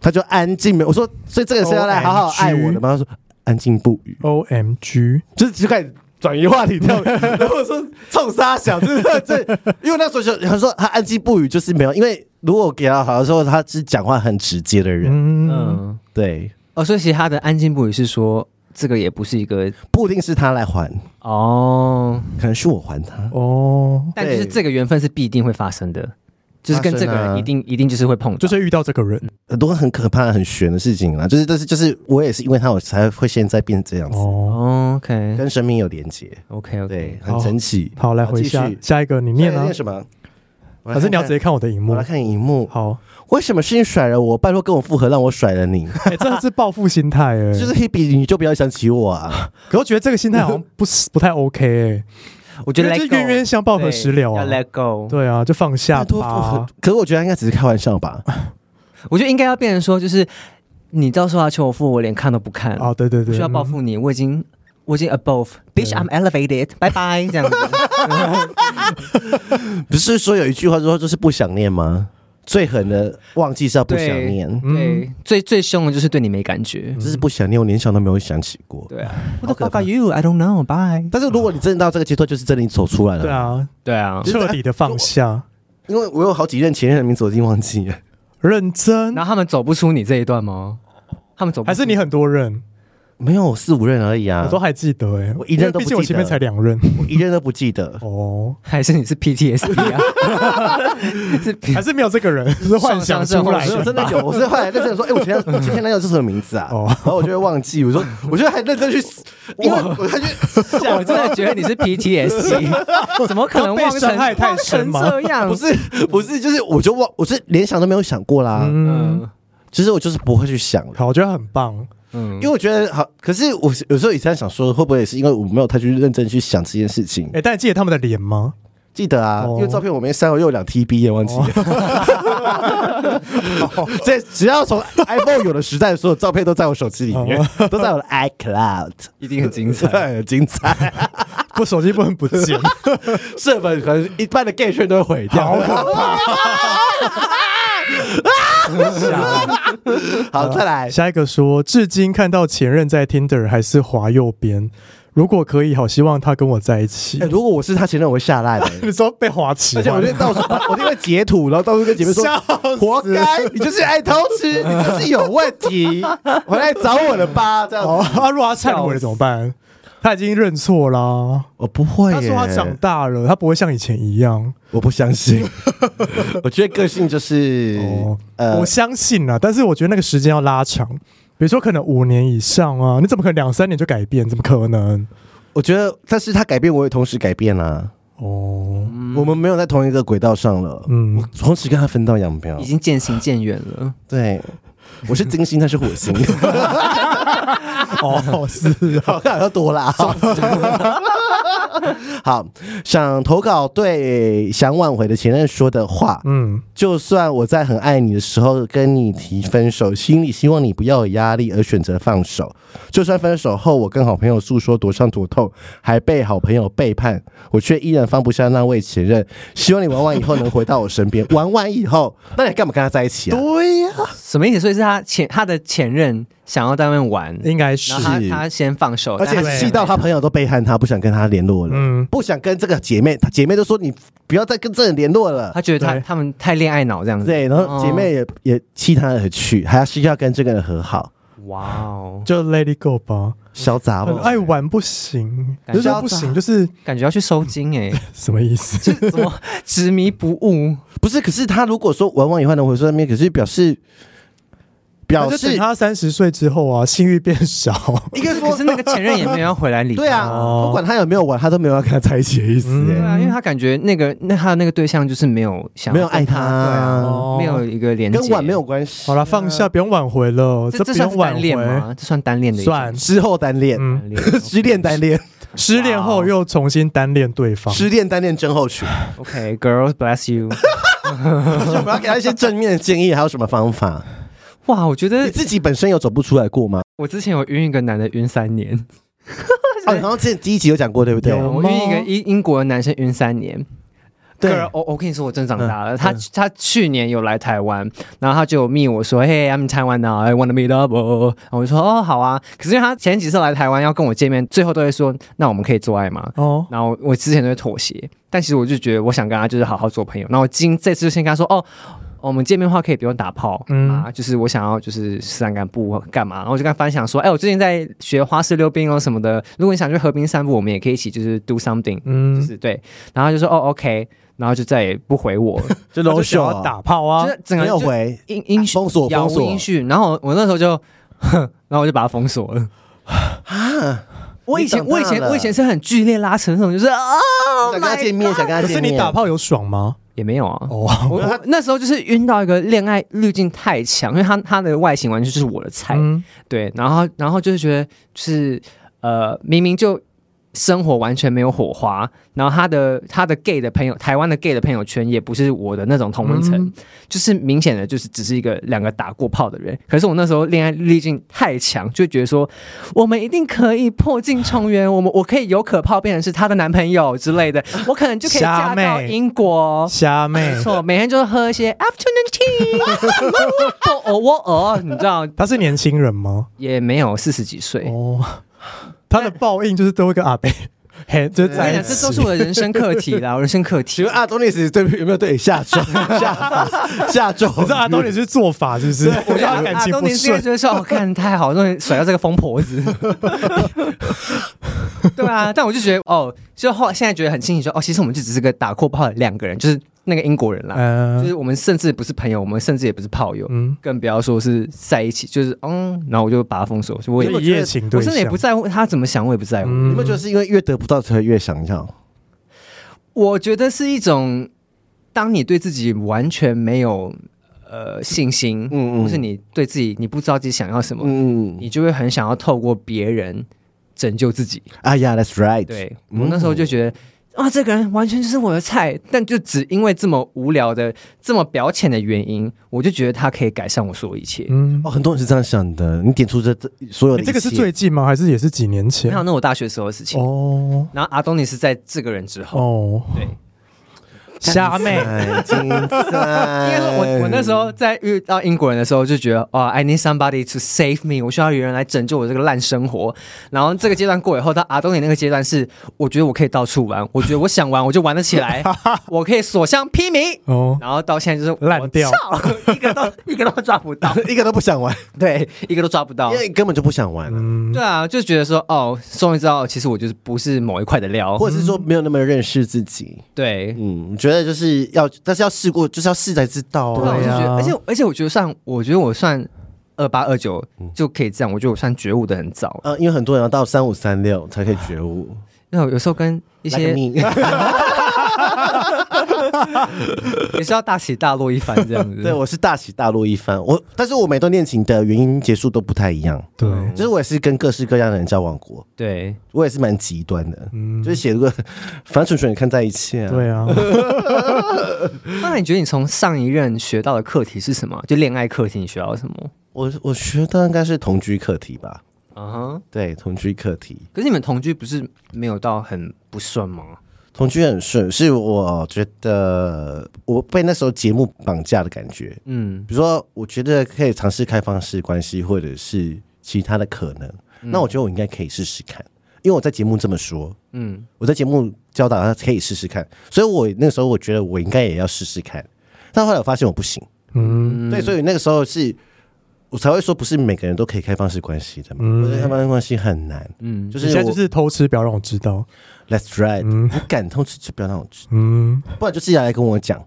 C: 他就安静没有。我说，所以这个是要来好好爱我的吗？他说安静不语，
B: ，O M G，
C: 就是就开始转移话题 跳。然后我说冲沙小，就是这，因为那时候就他说他安静不语就是没有，因为如果给他好像说他是讲话很直接的人，
B: 嗯，
D: 嗯，
C: 对，
D: 哦，所以其实他的安静不语是说，这个也不是一个
C: 不一定是他来还，
D: 哦，
C: 可能是我还他。
B: 哦，
D: 但就是
C: 对
D: 这个缘分是必定会发生的，就是跟这个
C: 发生
D: 人
C: 啊
D: 一定、一定就是会碰到，
B: 就是遇到这个人，
C: 很多很可怕、很悬的事情啦，就是，但是，就是我也是因为他，我才会现在变这样子，
B: 哦，
D: OK
C: 跟生命有连接，
D: OK OK，
C: 对，很神奇。
B: 好，来回
C: 继续
B: 下下一个，你念
C: 现在
B: 啊
C: 念，什么？我来
B: 还是你要直接
C: 看
B: 看我的荧
C: 看？我
B: 幕
C: 来？看荧幕。
B: 好，
C: 为什么是你甩了我？拜托跟我复合，让我甩了你。
B: 哎，这是报复心态，哎，
C: 就是 Hebe，你就不要想起我啊！
B: 可我觉得这个心态 好像不是不太 OK，
D: 我觉
B: 哎，
D: 得
B: 因为
D: Let
B: 就
D: go
B: 冤冤相报何时了啊
D: 对？要 Let go，
B: 对啊，就放下
C: 拜托复合
B: 吧。，
C: 可是我觉得他应该只是开玩笑吧。
D: 我觉得应该要变成说，就是你到时候要求我付，我连看都不看，
B: 哦，对对
D: 不
B: 对，
D: 需要报复你，我已经。我已经 above，bitch I'm elevated，拜拜，这样子。
C: 不是说有一句话说就是不想念吗？最狠的忘记是要不想念，
B: 嗯
D: 对，最最凶的就是对你没感觉。
C: 就是不想念，我连想都没有想起过。
D: 对啊
C: 好
D: ，What
C: 可
D: the
C: 怕
D: fuck are you? I don't know. Bye。
C: 但是如果你真的到这个阶段，就是真的你走出来了。
B: 对，啊，
D: 对啊，
C: 嗯
B: 彻底的放下，
C: 因为我有好几任前任的名字我已经忘记了。
B: 认真，
D: 然后他们走不出你这一段吗？他们走不
B: 还是
D: 出
B: 你很多任，
C: 没有四五任而已啊，
B: 我 都还记得哎，
C: 我一任都不
B: 因为毕竟我
C: 记
B: 前
C: 得
B: 面才两 任。
C: 我一任都不记得
B: 哦，
D: 还是你是 PTSD 啊？ 是
B: 还是没有这个人，是幻想出 来
C: 没有
B: 的
C: 真的有，我是后来认真地说，哎、 我前天我前天男友是什么名字啊？
B: 哦
C: 然后我就会忘记， 我说，我就还认真去，因为我还去，
D: 我真的觉得你 是 PTSD，怎么可能忘
B: 被
D: 成
B: 伤害太深吗
D: 忘成这样？
C: 不，是不是，就是我就忘，我是连想都没有想过啦。
B: 嗯，
D: 嗯
C: 其实我就是不会去想了，
B: 好，我觉得很棒，
D: 嗯
C: 因为我觉得好，可是我有时候以前想说，会不会也是因为我没有太去认真去想这件事情？
B: 哎，但你记得他们的脸 吗？
C: 记得啊，
B: 哦
C: 因为照片我没删，我又有两 TB 也忘记了。
B: 哦
C: 这只要从 iPhone 有的时代，所有照片都在我手机里面，
B: 哦
C: 都在我的 iCloud，
D: 一定很精彩。
C: 很精彩。
B: 不，手机不能不见，
C: 社粉可能一半的 gay 圈都会毁
B: 好
C: 掉。
B: 可 怕。
C: 好，再来，
B: 下一个说，至今看到前任在 Tinder 还是滑右边，如果可以，好希望他跟我在一起
C: 哎。如果我是他前任，我会下烂的。
B: 你说被滑起
C: 而
B: 吗，
C: 且我就到处，我就会截图，然后到处跟姐妹说
B: 笑死：“
C: 活该，你就是爱偷吃，你就是有问题，回来找我了吧？”这样
B: 哦，
C: 子，
B: 他如果他忏悔了怎么办？他已经认错啦。
C: 我不会
B: 他说他长大了，他不会像以前一样。
C: 我不 相信，我觉得个性就是
B: 哦，
C: 呃
B: 我，相信啦，但是我觉得那个时间要拉长，比如说可能五年以上啊，你怎么可能两三年就改变？怎么可能？
C: 我觉得，但是他改变，我也同时改变啦、啊
B: 哦，
C: 我们没有在同一个轨道上了，
B: 嗯
C: 我同时跟他分道扬镳
D: 已。经渐行渐远了，
C: 对，我 是金星，他是火星，
B: 哦，是啊，
C: 好看要多啦。 好，想投稿对想挽回的前任说的话，
B: 嗯，
C: 就算我在很爱你的时候跟你提分手，心里希望你不要有压力而选择放手。就算分手后我跟好朋友诉说多伤多痛，还被好朋友背叛，我却依然放不下那位前任。希望你玩完以后能回到我身边。玩完以后，那你干嘛跟他在一起啊？
B: 对呀、
D: 什么意思？所以是他前他的前任想要在外面玩，
B: 应该是
D: 然后，他
C: 哎是
D: 他先放手，
C: 而且
D: 哦但他
C: 气到他朋友都背叛他，不想跟他联络了，
B: 嗯，
C: 不想跟这个姐妹，她姐妹都说你不要再跟这人联络了。
D: 他觉得他
B: 对
D: 他们太恋爱脑这样 子。
C: 对，然后姐妹也、也弃他而去，还要需要跟这个人和好，
D: 哇哦，
B: 就 Let it go 吧。
C: 小杂
B: 很
C: 毛。
D: 哎
B: 爱玩不行，
D: 感
B: 不
D: 觉
B: 是说不行，就是
D: 感觉要去收金哎、
B: 什么意思？
D: 这怎么执迷不 悟？
C: 不是，可是他如果说玩完以后能回收那边，可是表示表
B: 那就等
C: 示
B: 他三十岁之后啊，性欲变少，
C: 应该
D: 可是
C: 说
D: 那个前任也没有要回来理他
C: 对啊，
B: 哦
C: 不管他有没有玩，他都没有要跟他在一起的意思、
B: 嗯
D: 对
C: 哎
D: 啊，因为他感觉那个那他的那个对象就是没有嗯想要
C: 没有爱
D: 跟他，
C: 他
D: 对啊，
B: 哦
D: 没有一个连接，
C: 跟玩没有关系。啊
B: 好了，放下，不用挽回了，
D: 这
B: 不
D: 这算
B: 用
D: 是
B: 挽
D: 单恋
B: 回，
D: 吗？哦这算单恋的一种
B: 算
C: 之后单恋，
B: 嗯，
D: 单恋
C: 失恋单恋，
B: 失恋后又重新单恋对方，
C: 失恋单恋症候群。
D: OK，girls、bless you。
C: 我们 要给他一些正面的建议，还有什么方法？
D: 哇，我觉
C: 你
D: 得
C: 自己本身有走不出来过吗？
D: 我之前有晕一个男的晕三年，
C: 哦，然后之前第一集有讲过，对不对？
B: 有
D: 我
B: 吗
D: 晕一个英英国的男生晕三年。
C: 对
D: Girl，我我跟你说，我真长大了。他他去年有来台湾，然后他就密我说，Hey, I'm in Taiwan now. I wanna meet up. 哦然后我就说，哦，好啊。可是因为他前几次来台湾要跟我见面，最后都会说，那我们可以做爱吗？
B: 哦，
D: 然后我之前都会妥协，但其实我就觉得我想跟他就是好好做朋友。然后我今这次就先跟他说，哦，我们见面的话可以不用打炮、
B: 嗯
D: 啊，就是我想要就是散散步干嘛。然后我就跟他分享说，哎，我最近在学花式溜冰哦什么的，如果你想去河滨散步，我们也可以一起就是 do something，就
B: 嗯，
D: 是对。然后他就说，哦，OK。然后就再也不回我了，
C: 就
B: 他就
C: low
B: 想
C: show
B: 要打炮啊
D: 就，是整个
C: 没有
D: 就
C: 回，啊
D: 音音讯
C: 封锁
D: 杳
C: 封
D: 无
C: 锁
D: 音。讯。然后我我那时候就， 哼，然后我就把他封锁了。我以前我以前我以前是很剧烈拉扯那种，就是啊，
C: 想跟他见面，想跟他
B: 可是
C: 见面，
B: 你打炮有爽吗？
D: 也没有啊。
B: 哦，
D: 我我那时候就是晕到一个恋爱滤镜太强，因为他他的外形完全就是我的菜，
B: 嗯，
D: 对，然后然后就是觉得就是呃，明明就生活完全没有火花，然后他的他的 gay 的朋友，台湾的 gay 的朋友圈也不是我的那种同温层，
B: 嗯
D: 就是明显的就是只是一个两个打过炮的人。可是我那时候恋爱滤镜太强，就觉得说我们一定可以破镜重圆，我们我可以有可炮变成是她的男朋友之类的，我可能就可以嫁
B: 虾妹
D: 到英国。哦
B: 虾 妹
D: 没，错，每天就是喝一些 afternoon tea，不偶我偶，你知道
B: 他是年轻人吗？
D: 也没有四十几岁。
B: 哦，他的报应就是都会跟阿贝， 嘿，就是
D: 我跟你
B: 在一
D: 讲，这
B: 起
D: 都是我的人生课题 啦，我人生课题
C: 请。问阿东尼斯对有没有对你下咒？下 下咒？
B: 可是阿东也是做法，是不是？我觉得他感情
D: 嗯东
B: 不
D: 尼现在
B: 顺，
D: 就是说，哦，看太好，终于甩掉这个疯 婆子。对啊，但我就觉得，哦，就后来现在觉得很庆幸，说，哦，其实我们就只是个打过炮的两个人，就是那个英国人啦，就
B: 嗯
D: 是我们甚至不是朋友，我们甚至也不是炮友，
B: 嗯，
D: 更不要说是在一起，就是嗯，然后我就把他封锁，所以我也
B: 就一夜情对
D: 我真
B: 象
D: 的也不在乎他怎么想，我也不在乎。
B: 嗯
C: 你们觉得是因为越得不到才会越想要？
D: 我觉得是一种，当你对自己完全没有呃信心，
C: 嗯嗯
D: 或是你对自己你不知道自己想要什么，
C: 嗯，
D: 你就会很想要透过别人拯救自己。
C: 哎呀，That's right。，
D: 对
C: 嗯
D: 我那时候就觉得。啊，这个人完全就是我的菜，但就只因为这么无聊的、这么表浅的原因，我就觉得他可以改善我所有一切。
B: 嗯
C: 哦，，很多人是这样想的。你点出这这所有的
B: 你
C: 一
B: 哎这个是
C: 切
B: 最近吗？还是也是几年前
D: 没？有，那我大学时候的事情。
B: 哦
D: 然后阿东尼是在这个人之后，
B: 哦，
D: 对，
B: 虾妹，
C: 哎 精彩。
D: 应该说我，我那时候在遇到英国人的时候，就觉得哦，I need somebody to save me，我需要有人来拯救我这个烂生活。然后这个阶段过以后，到阿东尼那个阶段是，我觉得我可以到处玩，我觉得我想玩我就玩得起来，我可以所向披靡。
B: 哦，
D: 然后到现在就是
B: 烂掉，
D: 我操一个都一个都抓不到，
C: 一个都不想玩，
D: 对，一个都抓不到
C: 因。为根本就不想玩，
B: 嗯
D: 对啊，就觉得说哦，终于知道，其实我就是不是某一块的料。
C: 或者是说没有那么认识自己。
D: 对，
C: 嗯，觉得就是要，但是要试过，就是要试才知道
D: 对啊，我
C: 啊。
D: 就觉得，
B: 对啊
D: 而且而且我觉得算，我觉得我算二八二九就可以这样，我觉得我算觉悟的很早。
C: 呃，因为很多人要到三五三六才可以觉悟，
D: 那有时候跟一
C: 一
D: 些
C: 命。
D: 也是要大起大落一番这样 子。
C: 对，我是大起大落一番。我，但是我每段恋情的原因结束都不太一样。
B: 对，
C: 就是我也是跟各式各样的人交往过，
D: 对，
C: 我也是蛮极端的，
B: 嗯
C: 就是写个 反正蠢蠢也看在一起啊。
B: 对啊，
D: 那你觉得你从上一任学到的课题是什么？就恋爱课题，你学到什么？
C: 我我觉得应该是同居课题吧。
D: 嗯哼，
C: 对，同居课题，
D: 可是你们同居不是没有到很不顺吗？
C: 同居很顺，是我觉得我被那时候节目绑架的感觉。
D: 嗯，
C: 比如说，我觉得可以尝试开放式关系，或者是其他的可能。
B: 嗯
C: 那我觉得我应该可以试试看，因为我在节目这么说，
D: 嗯，
C: 我在节目教导他可以试试看，所以我那时候我觉得我应该也要试试看，但后来我发现我不行，
B: 嗯，
C: 对，所以那个时候是我才会说，不是每个人都可以开放式关系的嘛，
B: 嗯
C: 我觉得开放式关系很难，嗯，就
B: 你
C: 是
B: 现在
C: 我
B: 就是偷吃，不要让我知道。
C: Let's try，
B: 嗯
C: 你敢通知就不要让我知，
B: 嗯，
C: 不然就是要来跟我讲，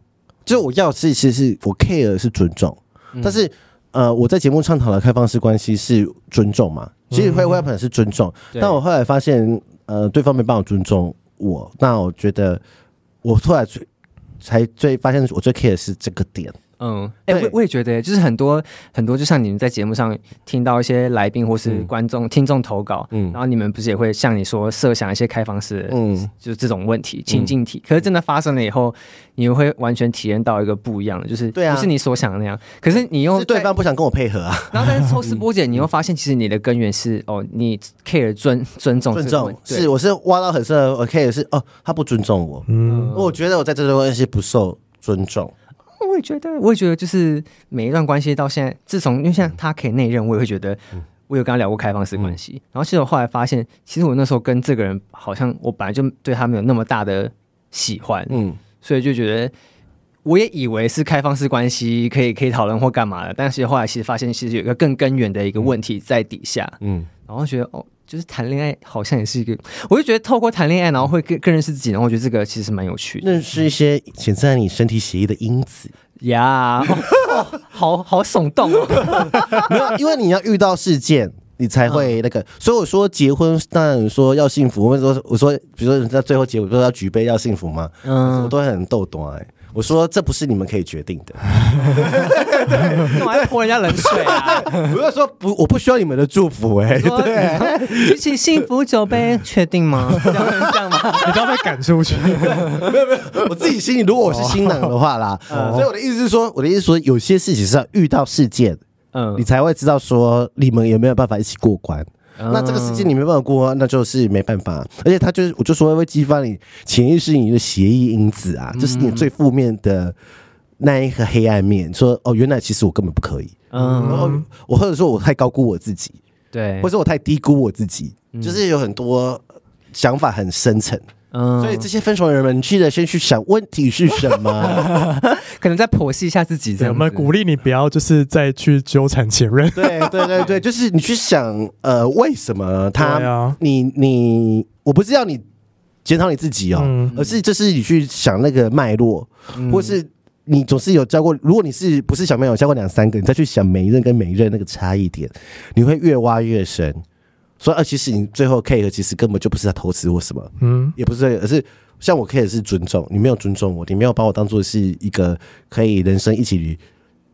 C: 就是我要是其实是我 care 的是尊重，但是呃，我在节目倡导的开放式关系是尊重嘛，其实会会本来是尊重，
D: 对
C: 但我后来发现呃，对方没办法尊重我，那我觉得我后来最才最发现我最 care 的是这个点，
D: 嗯，哎、
C: 对
D: 我我也觉得，就是很多很多，就像你们在节目上听到一些来宾或是观众、听众投稿，
C: 嗯
D: 然后你们不是也会像你说设想一些开放式的，
C: 嗯，
D: 就是这种问题情境题，可是真的发生了以后，你会完全体验到一个不一样的，就是
C: 对啊
D: 不是你所想的那样，可是你又
C: 是对
D: 在
C: 方不想跟我配合 啊，
D: 然后，但是抽丝剥茧，你又发现其实你的根源是哦，你 care 尊尊重
C: 尊
D: 这个问
C: 重是我是挖到很深的，我 care 的是哦，他不尊重我，
B: 嗯
C: 我觉得我在这段关系不受尊重。
D: 对我也觉得，我也觉得就是每一段关系到现在，自从因为现在他可以内任，我也会觉得。
C: 嗯
D: 我有跟他聊过开放式关系，然后其实我后来发现，其实我那时候跟这个人好像我本来就对他没有那么大的喜欢，
C: 嗯，
D: 所以就觉得我也以为是开放式关系可以可以讨论或干嘛的，但是后来其实发现其实有一个更根源的一个问题在底下，
C: 嗯，
D: 然后觉得哦，就是谈恋爱好像也是一个，我就觉得透过谈恋爱，然后会更更认识自己，然后我觉得这个其实蛮有趣的
C: 认识一些潜在你身体血液的因子，
D: 呀、哦 哦好好耸动哦，
C: 没有，因为你要遇到事件，你才
D: 嗯
C: 会那个。所以我说结婚，当然说要幸福。我说我说，比如说人家最后结果说要举杯要幸福嘛，我
D: 嗯，
C: 都会很逗懂哎。我说这不是你们可以决定的，
D: 干嘛要泼人家冷水 啊？
C: 我就说不，我不需要你们的祝福哎、
D: 说
C: 对，
D: 举起幸福酒杯，确定 吗？这样这样吗？
B: 你不要被赶出去。
C: 我自己心里，如果我是新郎的话啦，
D: 哦
C: 所以我的意思是说，我的意思是说，有些事情是要遇到事件，你
D: 嗯，
C: 才会知道说你们有没有办法一起过关。
D: 嗯
C: 那这个事情你没办法过关，那就是没办法。而且它就是，我就说会激发你潜意识你的协议因子啊，
D: 嗯
C: 就是你最负面的那一个黑暗面。说哦，原来其实我根本不可以，
D: 嗯，
C: 然后我或者说我太高估我自己，
D: 对
C: 或，者我太低估我自己，就是有很多想法很深层。
D: 嗯，
C: 所以这些分手的人们，记得先去想问题是什么。
D: 可能再剖析一下自己，这
B: 对，我
D: 样
B: 们
D: 子
B: 鼓励你不要就是再去纠缠前任。
C: 对对对对，就是你去想，呃，为什么他，
B: 对啊
C: 你你，我不是要你检讨你自己哦，
B: 嗯
C: 而是就是你去想那个脉络，或是你总是有教过，如果你是不是小朋友教过两三个，你再去想每一任跟每一任那个差异点，你会越挖越深。所以，呃，其实你最后 care 其实根本就不是他投资或什么，
B: 嗯，
C: 也不是，而是像我 care 的是尊重，你没有尊重我，你没有把我当做是一个可以人生一起旅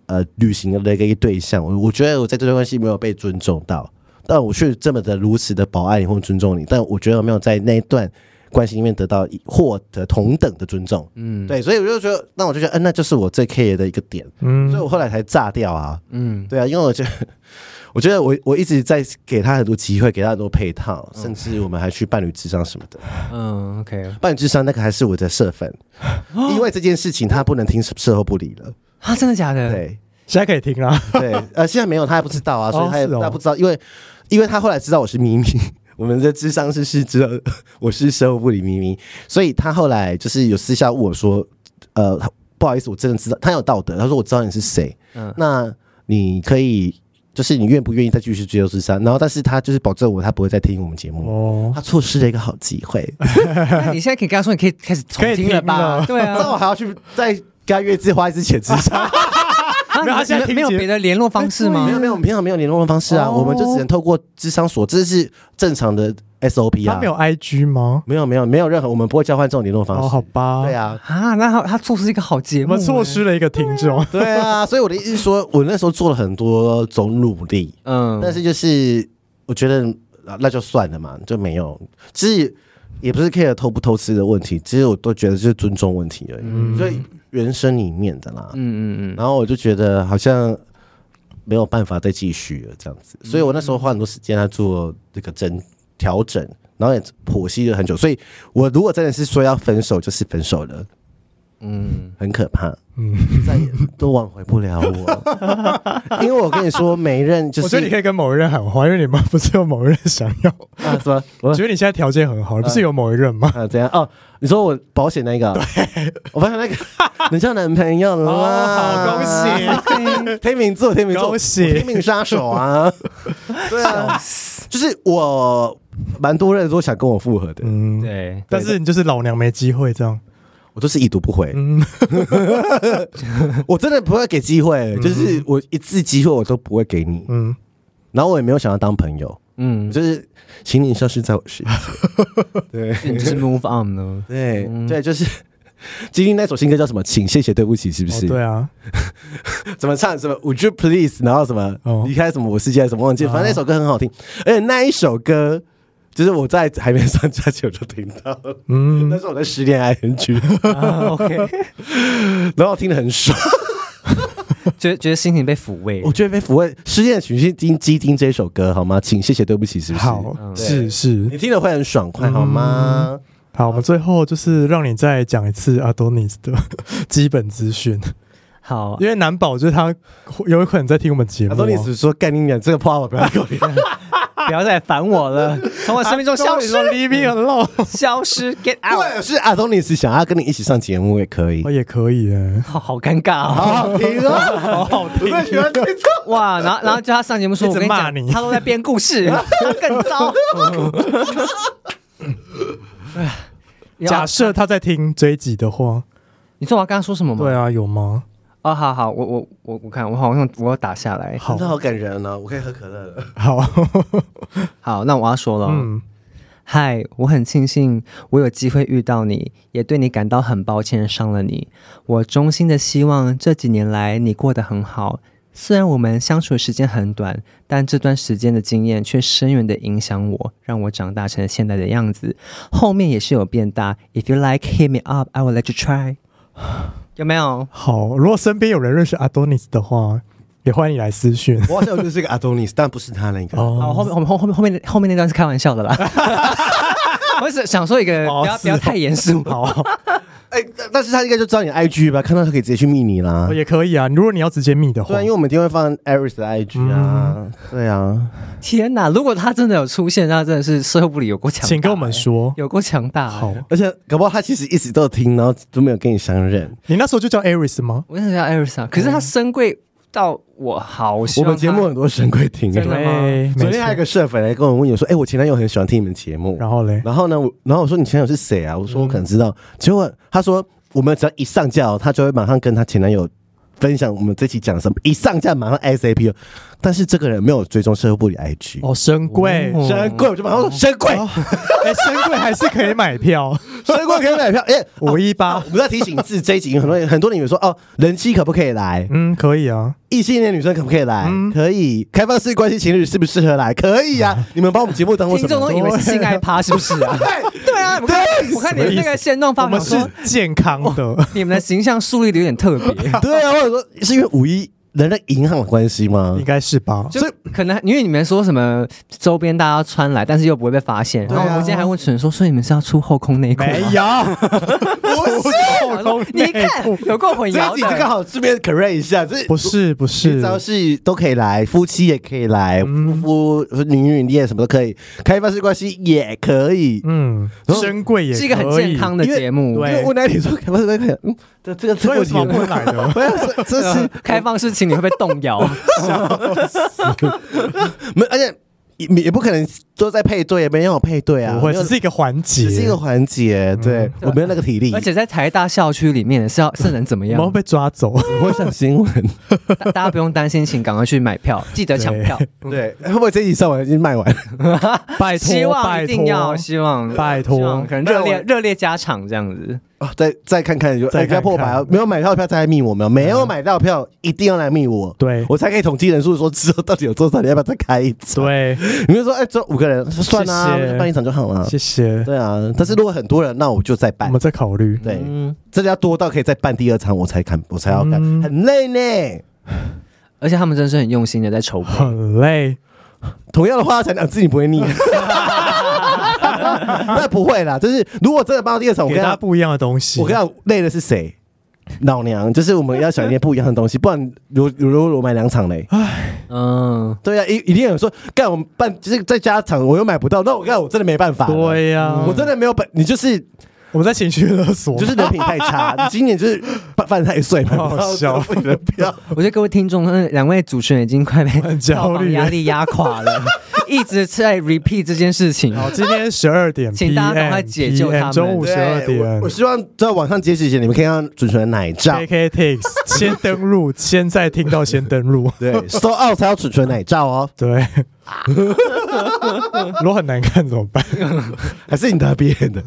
C: 呃旅行的那个一个对象。我我觉得我在这段关系没有被尊重到，但我却这么的如此的保爱你或尊重你，但我觉得我没有在那一段关系里面得到一获得同等的尊重。嗯，对，所以我就觉得，那我就觉得，嗯、那就是我最 care 的一个点，
B: 嗯
C: 所以我后来才炸掉啊。
D: 嗯，
C: 对啊，因为我觉得，我觉得我我一直在给他很多机会，给他很多配套，甚至我们还去伴侣智商什么的。
D: 嗯，OK，
C: 伴侣智商那个还是我的社 粉，因为这件事情他不能听售后不理了。
D: 啊，真的假的？，
C: 对
B: 现在可以听啦。
C: 对，呃，现在没有，他还不知道啊，所以他也、
B: 哦是哦
C: 他不知道，因为因为他后来知道我是咪咪，我们的智商是是知道我是售后不理咪咪，所以他后来就是有私下问我说，呃，他不好意思，我真的知道，他有道德，他说我知道你是谁，
D: 嗯
C: 那你可以就是你愿不愿意再继续追求智商？然后但是他就是保证我他不会再听我们节目，
B: 哦，
C: 他错失了一个好 机会。
D: 那你现在可以跟他说，你可以开始重
B: 可以
D: 听了
B: 听
D: 吧？
B: 了
D: 对 啊，
C: 那我还要去再跟他约制花一之前智商？
D: 啊
B: 没有他现在
D: 你们没有
B: 听节
D: 别的联络方式吗
C: 没？有没有，我们平常没有联络的方式啊，
B: 哦
C: 我们就只能透过智商所，这是正常的 SOP
B: 他
C: 啊
B: 没，有 IG 吗？
C: 没有没有没有任何，我们不会交换这种联络方
B: 哦，
C: 式。
B: 好吧，
C: 对，啊，
D: 啊，那他他做出一个好节
B: 我
D: 目欸，
B: 们错失了一个听众。
C: 对啊，所以我的意思是说，我那时候做了很多种努力，
D: 嗯，
C: 但是就是我觉得啊那就算了嘛，就没有，其实也不是 care 偷不偷吃的问题，其实我都觉得就是尊重问题而已，所以原生里面的啦，
D: 嗯嗯嗯嗯，
C: 然后我就觉得好像没有办法再继续了这样子，所以
D: 嗯
C: 我那时候花很多时间在做这个整调整，然后也剖析了很久，所以我如果真的是说要分手，就是分手了，嗯，很可怕，嗯，再也都挽回不了 我，因为我跟你说，每一任就
B: 我觉得你可
C: 啊是
B: 以跟某一任喊话，因为你们不是有某一任想要。
C: 啊什么我
B: 我觉得你现在条件很好，不是有某一任吗？
C: 啊怎样哦，你说我保险那个，啊我发现那个你交男朋友了吗？
B: 哦，恭喜！
C: 天秤座，天秤座，
B: 恭喜
C: 我天秤杀 手啊！对啊，就是我蛮多人都想跟我复合的，
B: 嗯，
D: 对，
B: 但是你就是老娘没机会这样。
C: 我都是已读不回，
B: 嗯，
C: 我真的不会给机会，就是我一次机会我都不会给你，
B: 嗯，
C: 然后我也没有想要当朋友，
D: 嗯，
C: 就是请你消失在我 世界。对
D: 你就是 move on 呢，
B: 嗯
C: 对对，就是。 今天那首新歌叫什么？请谢谢对不起，是不
B: 哦
C: 是？
B: 对啊，
C: 怎么唱？什么 Would you please？然后什么
B: 哦
C: 离开什么我世界？什么忘记了？反正那首歌很好听，而且那一首歌就是我在还没上假期我就听到了，
B: 嗯，
C: 那是我的失恋 ing，
D: 啊 OK，
C: 然后听得很爽，
D: 觉得觉得心情被抚慰
C: 我，觉得被抚慰。失恋的曲是听机听这首歌好吗？请谢谢对不起，是不是？
B: 好，
C: 对
B: 是嗯是
C: 你听了会很爽快好吗？
B: 好。我们最后就是让你再讲一次阿多尼斯的 基本资讯，
D: 好
B: 因为难保就是他有可能在听我们节目
C: 阿
B: 啊。
C: 多尼斯说：“干你娘，这个破话我不 要给我听。
D: 不要再烦我 了，从我生命中消
B: 你
D: 失
B: 啊说，Leave me alone，
D: 消失，get
C: 如
D: out，
C: 果是阿多尼斯想要跟你一起上节目也可以
B: 哦，也可以哎。
D: 好好尴尬哦。
C: 好好听哦， 好好听，我最喜欢这种。
D: 哇，然后然后叫他上节目说，
B: 一
D: 我
B: 直
D: 跟你
B: 骂
D: 讲，
B: 你
D: 他都在编 故事，他更糟。 哎
B: 假
D: 设
B: 设他在听这一集的话，
D: 你知道我要跟他说什么吗？
B: 对啊，有吗？
D: 哦，好好，我我我我看，我好像我要打下来。
B: 好
C: 真的好感人哦，我可以喝可乐了。”
B: 好，
D: 好，那我要说了。
B: 嗯，
D: 嗨，我很庆幸我有机会遇到你，也对你感到很抱歉伤了你。我衷心的希望这几年来你过得很好。虽然我们相处的时间很短，但这段时间的经验却深远的影响我，让我长大成现在的样子。后面也是有变大。If you like, hit me up, I will let you try 。 有没有？
B: 好。如果身边有人认识阿多尼斯的话，也欢迎你来私讯。
C: 我好像就是一个 Adonis，但不是他那个。
D: 哦，
B: 哦，
D: 后面后面后面后面那后面那段是开玩 笑的啦。 我只想说一个，
B: 哦
D: 不要
B: 是
D: 不要
B: 哦
D: 太严肃。
B: 好，
C: 哎、但但是他应该就知道你的 IG 吧？看到他可以直接去密你啦
B: 哦。也哦可以啊。如果你要直接密的
C: 对
B: 话
C: 啊，因，为我们一定会放 Iris 的 IG 啊。对啊，
D: 天哪！如果他真的有出现，那真的是社会部里有过强大、
B: 请跟我们说
D: 欸，。有过强大、
B: 好，，
C: 而且搞不好他其实一直都有听，然后都没有跟你相认。
B: 你那时候就叫 Aris 吗？
D: 我想叫艾瑞莎，
B: 嗯
D: 可是他身贵到我好希
C: 我
D: 望
C: 们
D: 他
C: 节目很多神龟听、
D: 真的
C: 欸。
D: 吗
B: 对，
C: 昨
B: 没
C: 天还有一
B: 错。
C: 个社粉来跟我问我说：“哎、我前男友很喜欢听你们节目。
B: 然后嘞”，
C: 然后呢，我然后我说：“你前男友是谁啊？”我说：“我可能知道。结果他说：“我们只要一上架、哦，他就会马上跟他前男友分享我们这期讲什么。一上架马上 SAP 哦。但是这个人没有追踪社会部里 IG。
B: 哦，神贵，
D: 哦
C: 神贵，我就马上说神 贵，
B: 哎，神贵还是可以买
D: 哦
B: 票，
C: 神贵可以买票。哎、
B: 五一
C: 啊
B: 八，
C: 我们要提醒自己这一集，很多人很多人以为说哦，人妻可不可以来？
B: 嗯，可以啊。
C: 异性恋女生可不可以来？
B: 嗯
C: 可以。开放式关系情侣适不适合来？可以啊。你们把我们节目当做
D: 听
C: 什
D: 众
C: 么
D: 都？以为是性爱趴，是不是 啊？ 对啊，我看我看你的那个现状
B: 我
D: 发表
B: 们是
D: 说，哦
B: 健康的，
D: 你们的形象树立的有点 特别，
C: 对啊，或者说是因为五一人类银行的关系吗
B: 应？该是吧？
D: 就可能因为你们说什么周边大家穿来，但是又不会被发现。然后我今天还问纯说，所以你们是要出后空内裤吗？
B: 啊没有，
D: 啊
B: 不
D: 我
B: 是
D: 说你看有够混
C: 这
D: 淆
C: 一集就刚
D: 的。
C: 好顺便 correct 一下，这
B: 不是不
C: 这
B: 是
C: 只，要是都可以来，夫妻也可以来，
B: 嗯
C: 夫夫女女恋什么都可以，开放式关系也可以。
B: 嗯，神贵也
D: 是一个很
B: 可以
D: 健康的
C: 因为
D: 节目，
B: 对
C: 因为我那天说开放式关系，嗯，这这个这
B: 所以
C: 个
B: 有什么不能来 的？
C: 不要，这
D: 呃
C: 是
D: 开放式情侣会被动摇。
C: 没，而且也也不可能都在配对，没有配对啊，
B: 不会，
C: 没有
B: 只是一个环节，嗯
C: 只是一个环节，对我没有那个体力，
D: 而且在台大校区里面是要是能怎么
B: 我们
D: 样
B: 会？被抓走。
C: 我会 上新闻，
D: 大大家不用担心，请赶快去买票，记得抢票。
C: 对，会不会这一集上完已经卖完？
B: 拜托，
D: 希望
B: 拜
D: 一定要，
B: 托，
D: 希望
B: 拜
D: 希望
B: 托，
D: 可能热
C: 那
D: 烈
C: 我
D: 热烈加场这样子。
C: 哦，再再看看，有
B: 再
C: 哎不要
B: 看
C: 破百
B: 看嗯
C: 啊！没有买到票再来密我们，哦没有买到票一定要来密我，
B: 对
C: 我才可以统计人数，说之后到底有多少，你要不要再开一场？，
B: 对，
C: 你们说哎，这五个人算啦，
B: 谢谢
C: 办一场就好了。
B: 谢谢，
C: 对啊，但是如果很多人，那我就再
B: 我
C: 办
B: 们。再考虑。
C: 对，
D: 嗯，
C: 这要多到可以再办第二场，我才看，我才要看，
B: 嗯
C: 很累呢。
D: 而且他们真的是很用心的在筹备。
B: 很累，
C: 同样的话讲两次，你不会腻。 那不会啦，就是如果真的办到第二场，我
B: 给
C: 跟
B: 大
C: 他
B: 家不一样的东西。
C: 我跟你讲，累的是谁？老娘，就是我们要想一些不一样的东西，不然如如如我买两场嘞，
D: 嗯，
C: 对呀、啊一一定有人说，干我们办就是再加场，我又买不到，那我干我真的没办法，、
B: 对啊呀，
C: 我真的没有本，你就是
B: 我们在情绪勒索，
C: 就是人品太 差，你今年就是犯犯太岁嘛，
B: 好好笑
C: 不能不 要，
D: 我觉得各位听众，嗯两位主持人已经快被
B: 很焦虑
D: 票房压力压垮了，一直在 repeat 这件事情。
B: 好，今天十二 点 PM，
D: 请大家赶快解救他们
B: 中午十二
C: 对我
B: 点
C: 我希望在网上截止前，你们可以让主持人奶罩，
B: ，KK Takes 先登录，现在听到先登录，
C: 对，so out 才要主持人奶罩哦，
B: 对。 如果很难看怎么 办？
C: 还是你拿别人 的，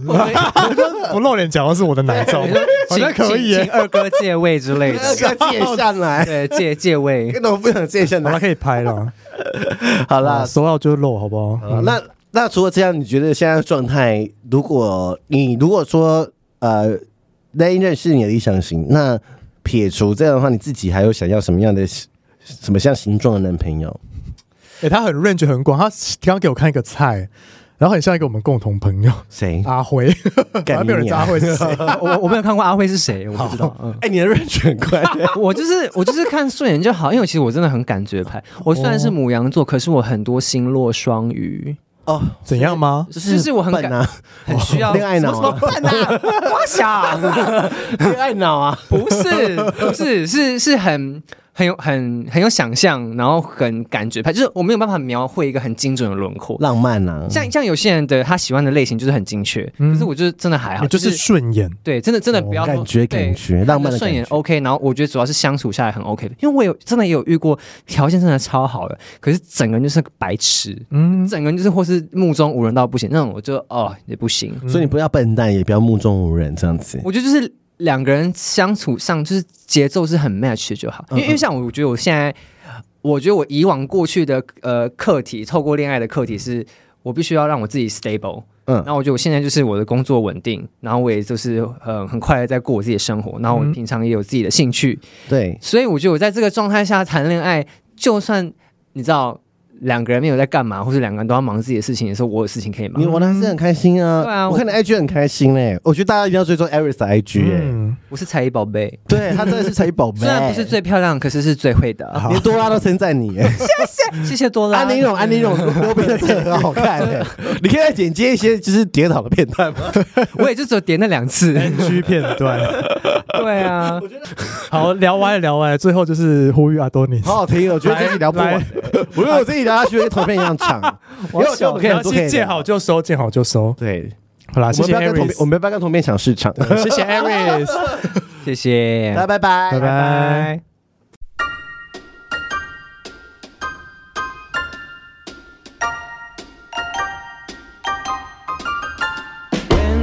B: 不露脸讲的是我的奶 罩，好像可以
D: 请
B: 耶
D: 请。二哥借位之类
C: 要
D: 的，
C: 借上来，
D: 对，借 借位。
C: 跟我不想借上
B: 好了，
C: 来，
B: 可以拍了。
C: 好
B: 好
C: 啦，
B: 收到就露，好不好？
C: 好那那除了这样，你觉得现在的状态，如果你如果说呃，那认识你的理想型，那撇除这样的话，你自己还有想要什么样的什么像形状的男朋友？
B: 哎，他很 range 很广，他刚刚给我看一个菜，然后很像一个我们共同朋友
C: 谁？
B: 阿辉，
C: 干
B: 还没有人
C: 你
B: 知道
C: 娘
B: 阿辉是谁。
D: 呃我我没有看过阿辉是谁，我不知道。嗯，
C: 哎、你的 range 很 快，
D: 我就是我就是看顺眼就好，因为其实我真的很感觉派。我虽然是母羊座，可是我很多星落双鱼，
C: 哦，
B: 怎样吗？
D: 就是就是我很
C: 笨
D: 感
C: 啊，
D: 很需要
C: 恋爱脑
D: 什么
C: 啊
D: 办啊？光想
C: 恋爱脑啊，
D: 不是不是是是很。很有很很有想象，然后很感觉派，就是我没有办法描绘一个很精准的轮廓。
C: 浪漫啊，
D: 像像有些人的他喜欢的类型就是很精确，
B: 嗯
D: 可是我就是真的还好，
B: 你就是顺眼，
D: 对，真的真的不要说
C: 哦感觉
D: 对
C: 感觉浪漫的
D: 顺
C: 感
D: 眼
C: 觉。
D: OK，然后我觉得主要是相处下来很 OK 的，因为我有真的也有遇过条件真的超好的，可是整个人就是个白痴，
B: 嗯，
D: 整个人就是或是目中无人到不行，那种我就哦也不行，
B: 嗯
C: 所以你不要笨蛋，也不要目中无人这样子。
D: 我觉得就是两个人相处上就是节奏是很 match 的就
C: 嗯
D: 好，因为因为像我觉得我现在，我觉得我以往过去的呃课题，透过恋爱的课题是。我必须要让我自己 stable，
C: 嗯
D: 然后我觉得我现在就是我的工作稳定，然后我也就是呃很快的在过我自己的生活，然后我
B: 嗯
D: 平常也有自己的兴趣，
C: 对，
D: 所以我觉得我在这个状态下谈恋爱，就算你知道两个人没有在干嘛，或者两个人都要忙自己的事情的时候，我有事情可以忙
C: 你。玩的还是很开心啊。
D: 对啊
C: 我看你 IG 很开心嘞、我觉得大家一定要追踪 Iris 的 IG 哎、
B: 嗯，
D: 我是才艺宝贝，
C: 对他真的是才艺宝贝，
D: 虽然不是最漂亮，可是是最会的。
C: 连多拉都称赞你耶。
D: 谢谢多拉。
C: 安妮蓉，安妮蓉，溜冰的真的很好看耶。你可以再剪接一些就是跌倒的片段吗？
D: 我也就只有点那两次。
C: 哎
B: NG 片段。
D: 对啊，
B: 好，聊歪了聊歪了，最后就是呼吁阿多尼斯
C: 好。好听，我觉得这集聊不完
B: 来
C: 耶。 我觉得我自己聊下去跟图片一样长，因为我觉得我们可以很多可以
B: 先
C: 聊
B: 见好。就收，见好就收。
C: 对，
B: 好啦，
C: 我
B: 谢谢
C: 们不要跟同片，我
B: Aris，
C: 们不要跟同片抢市场。
B: 谢谢 Aris，
D: 谢谢，
C: 拜拜拜
B: 拜拜。。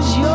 E: as you're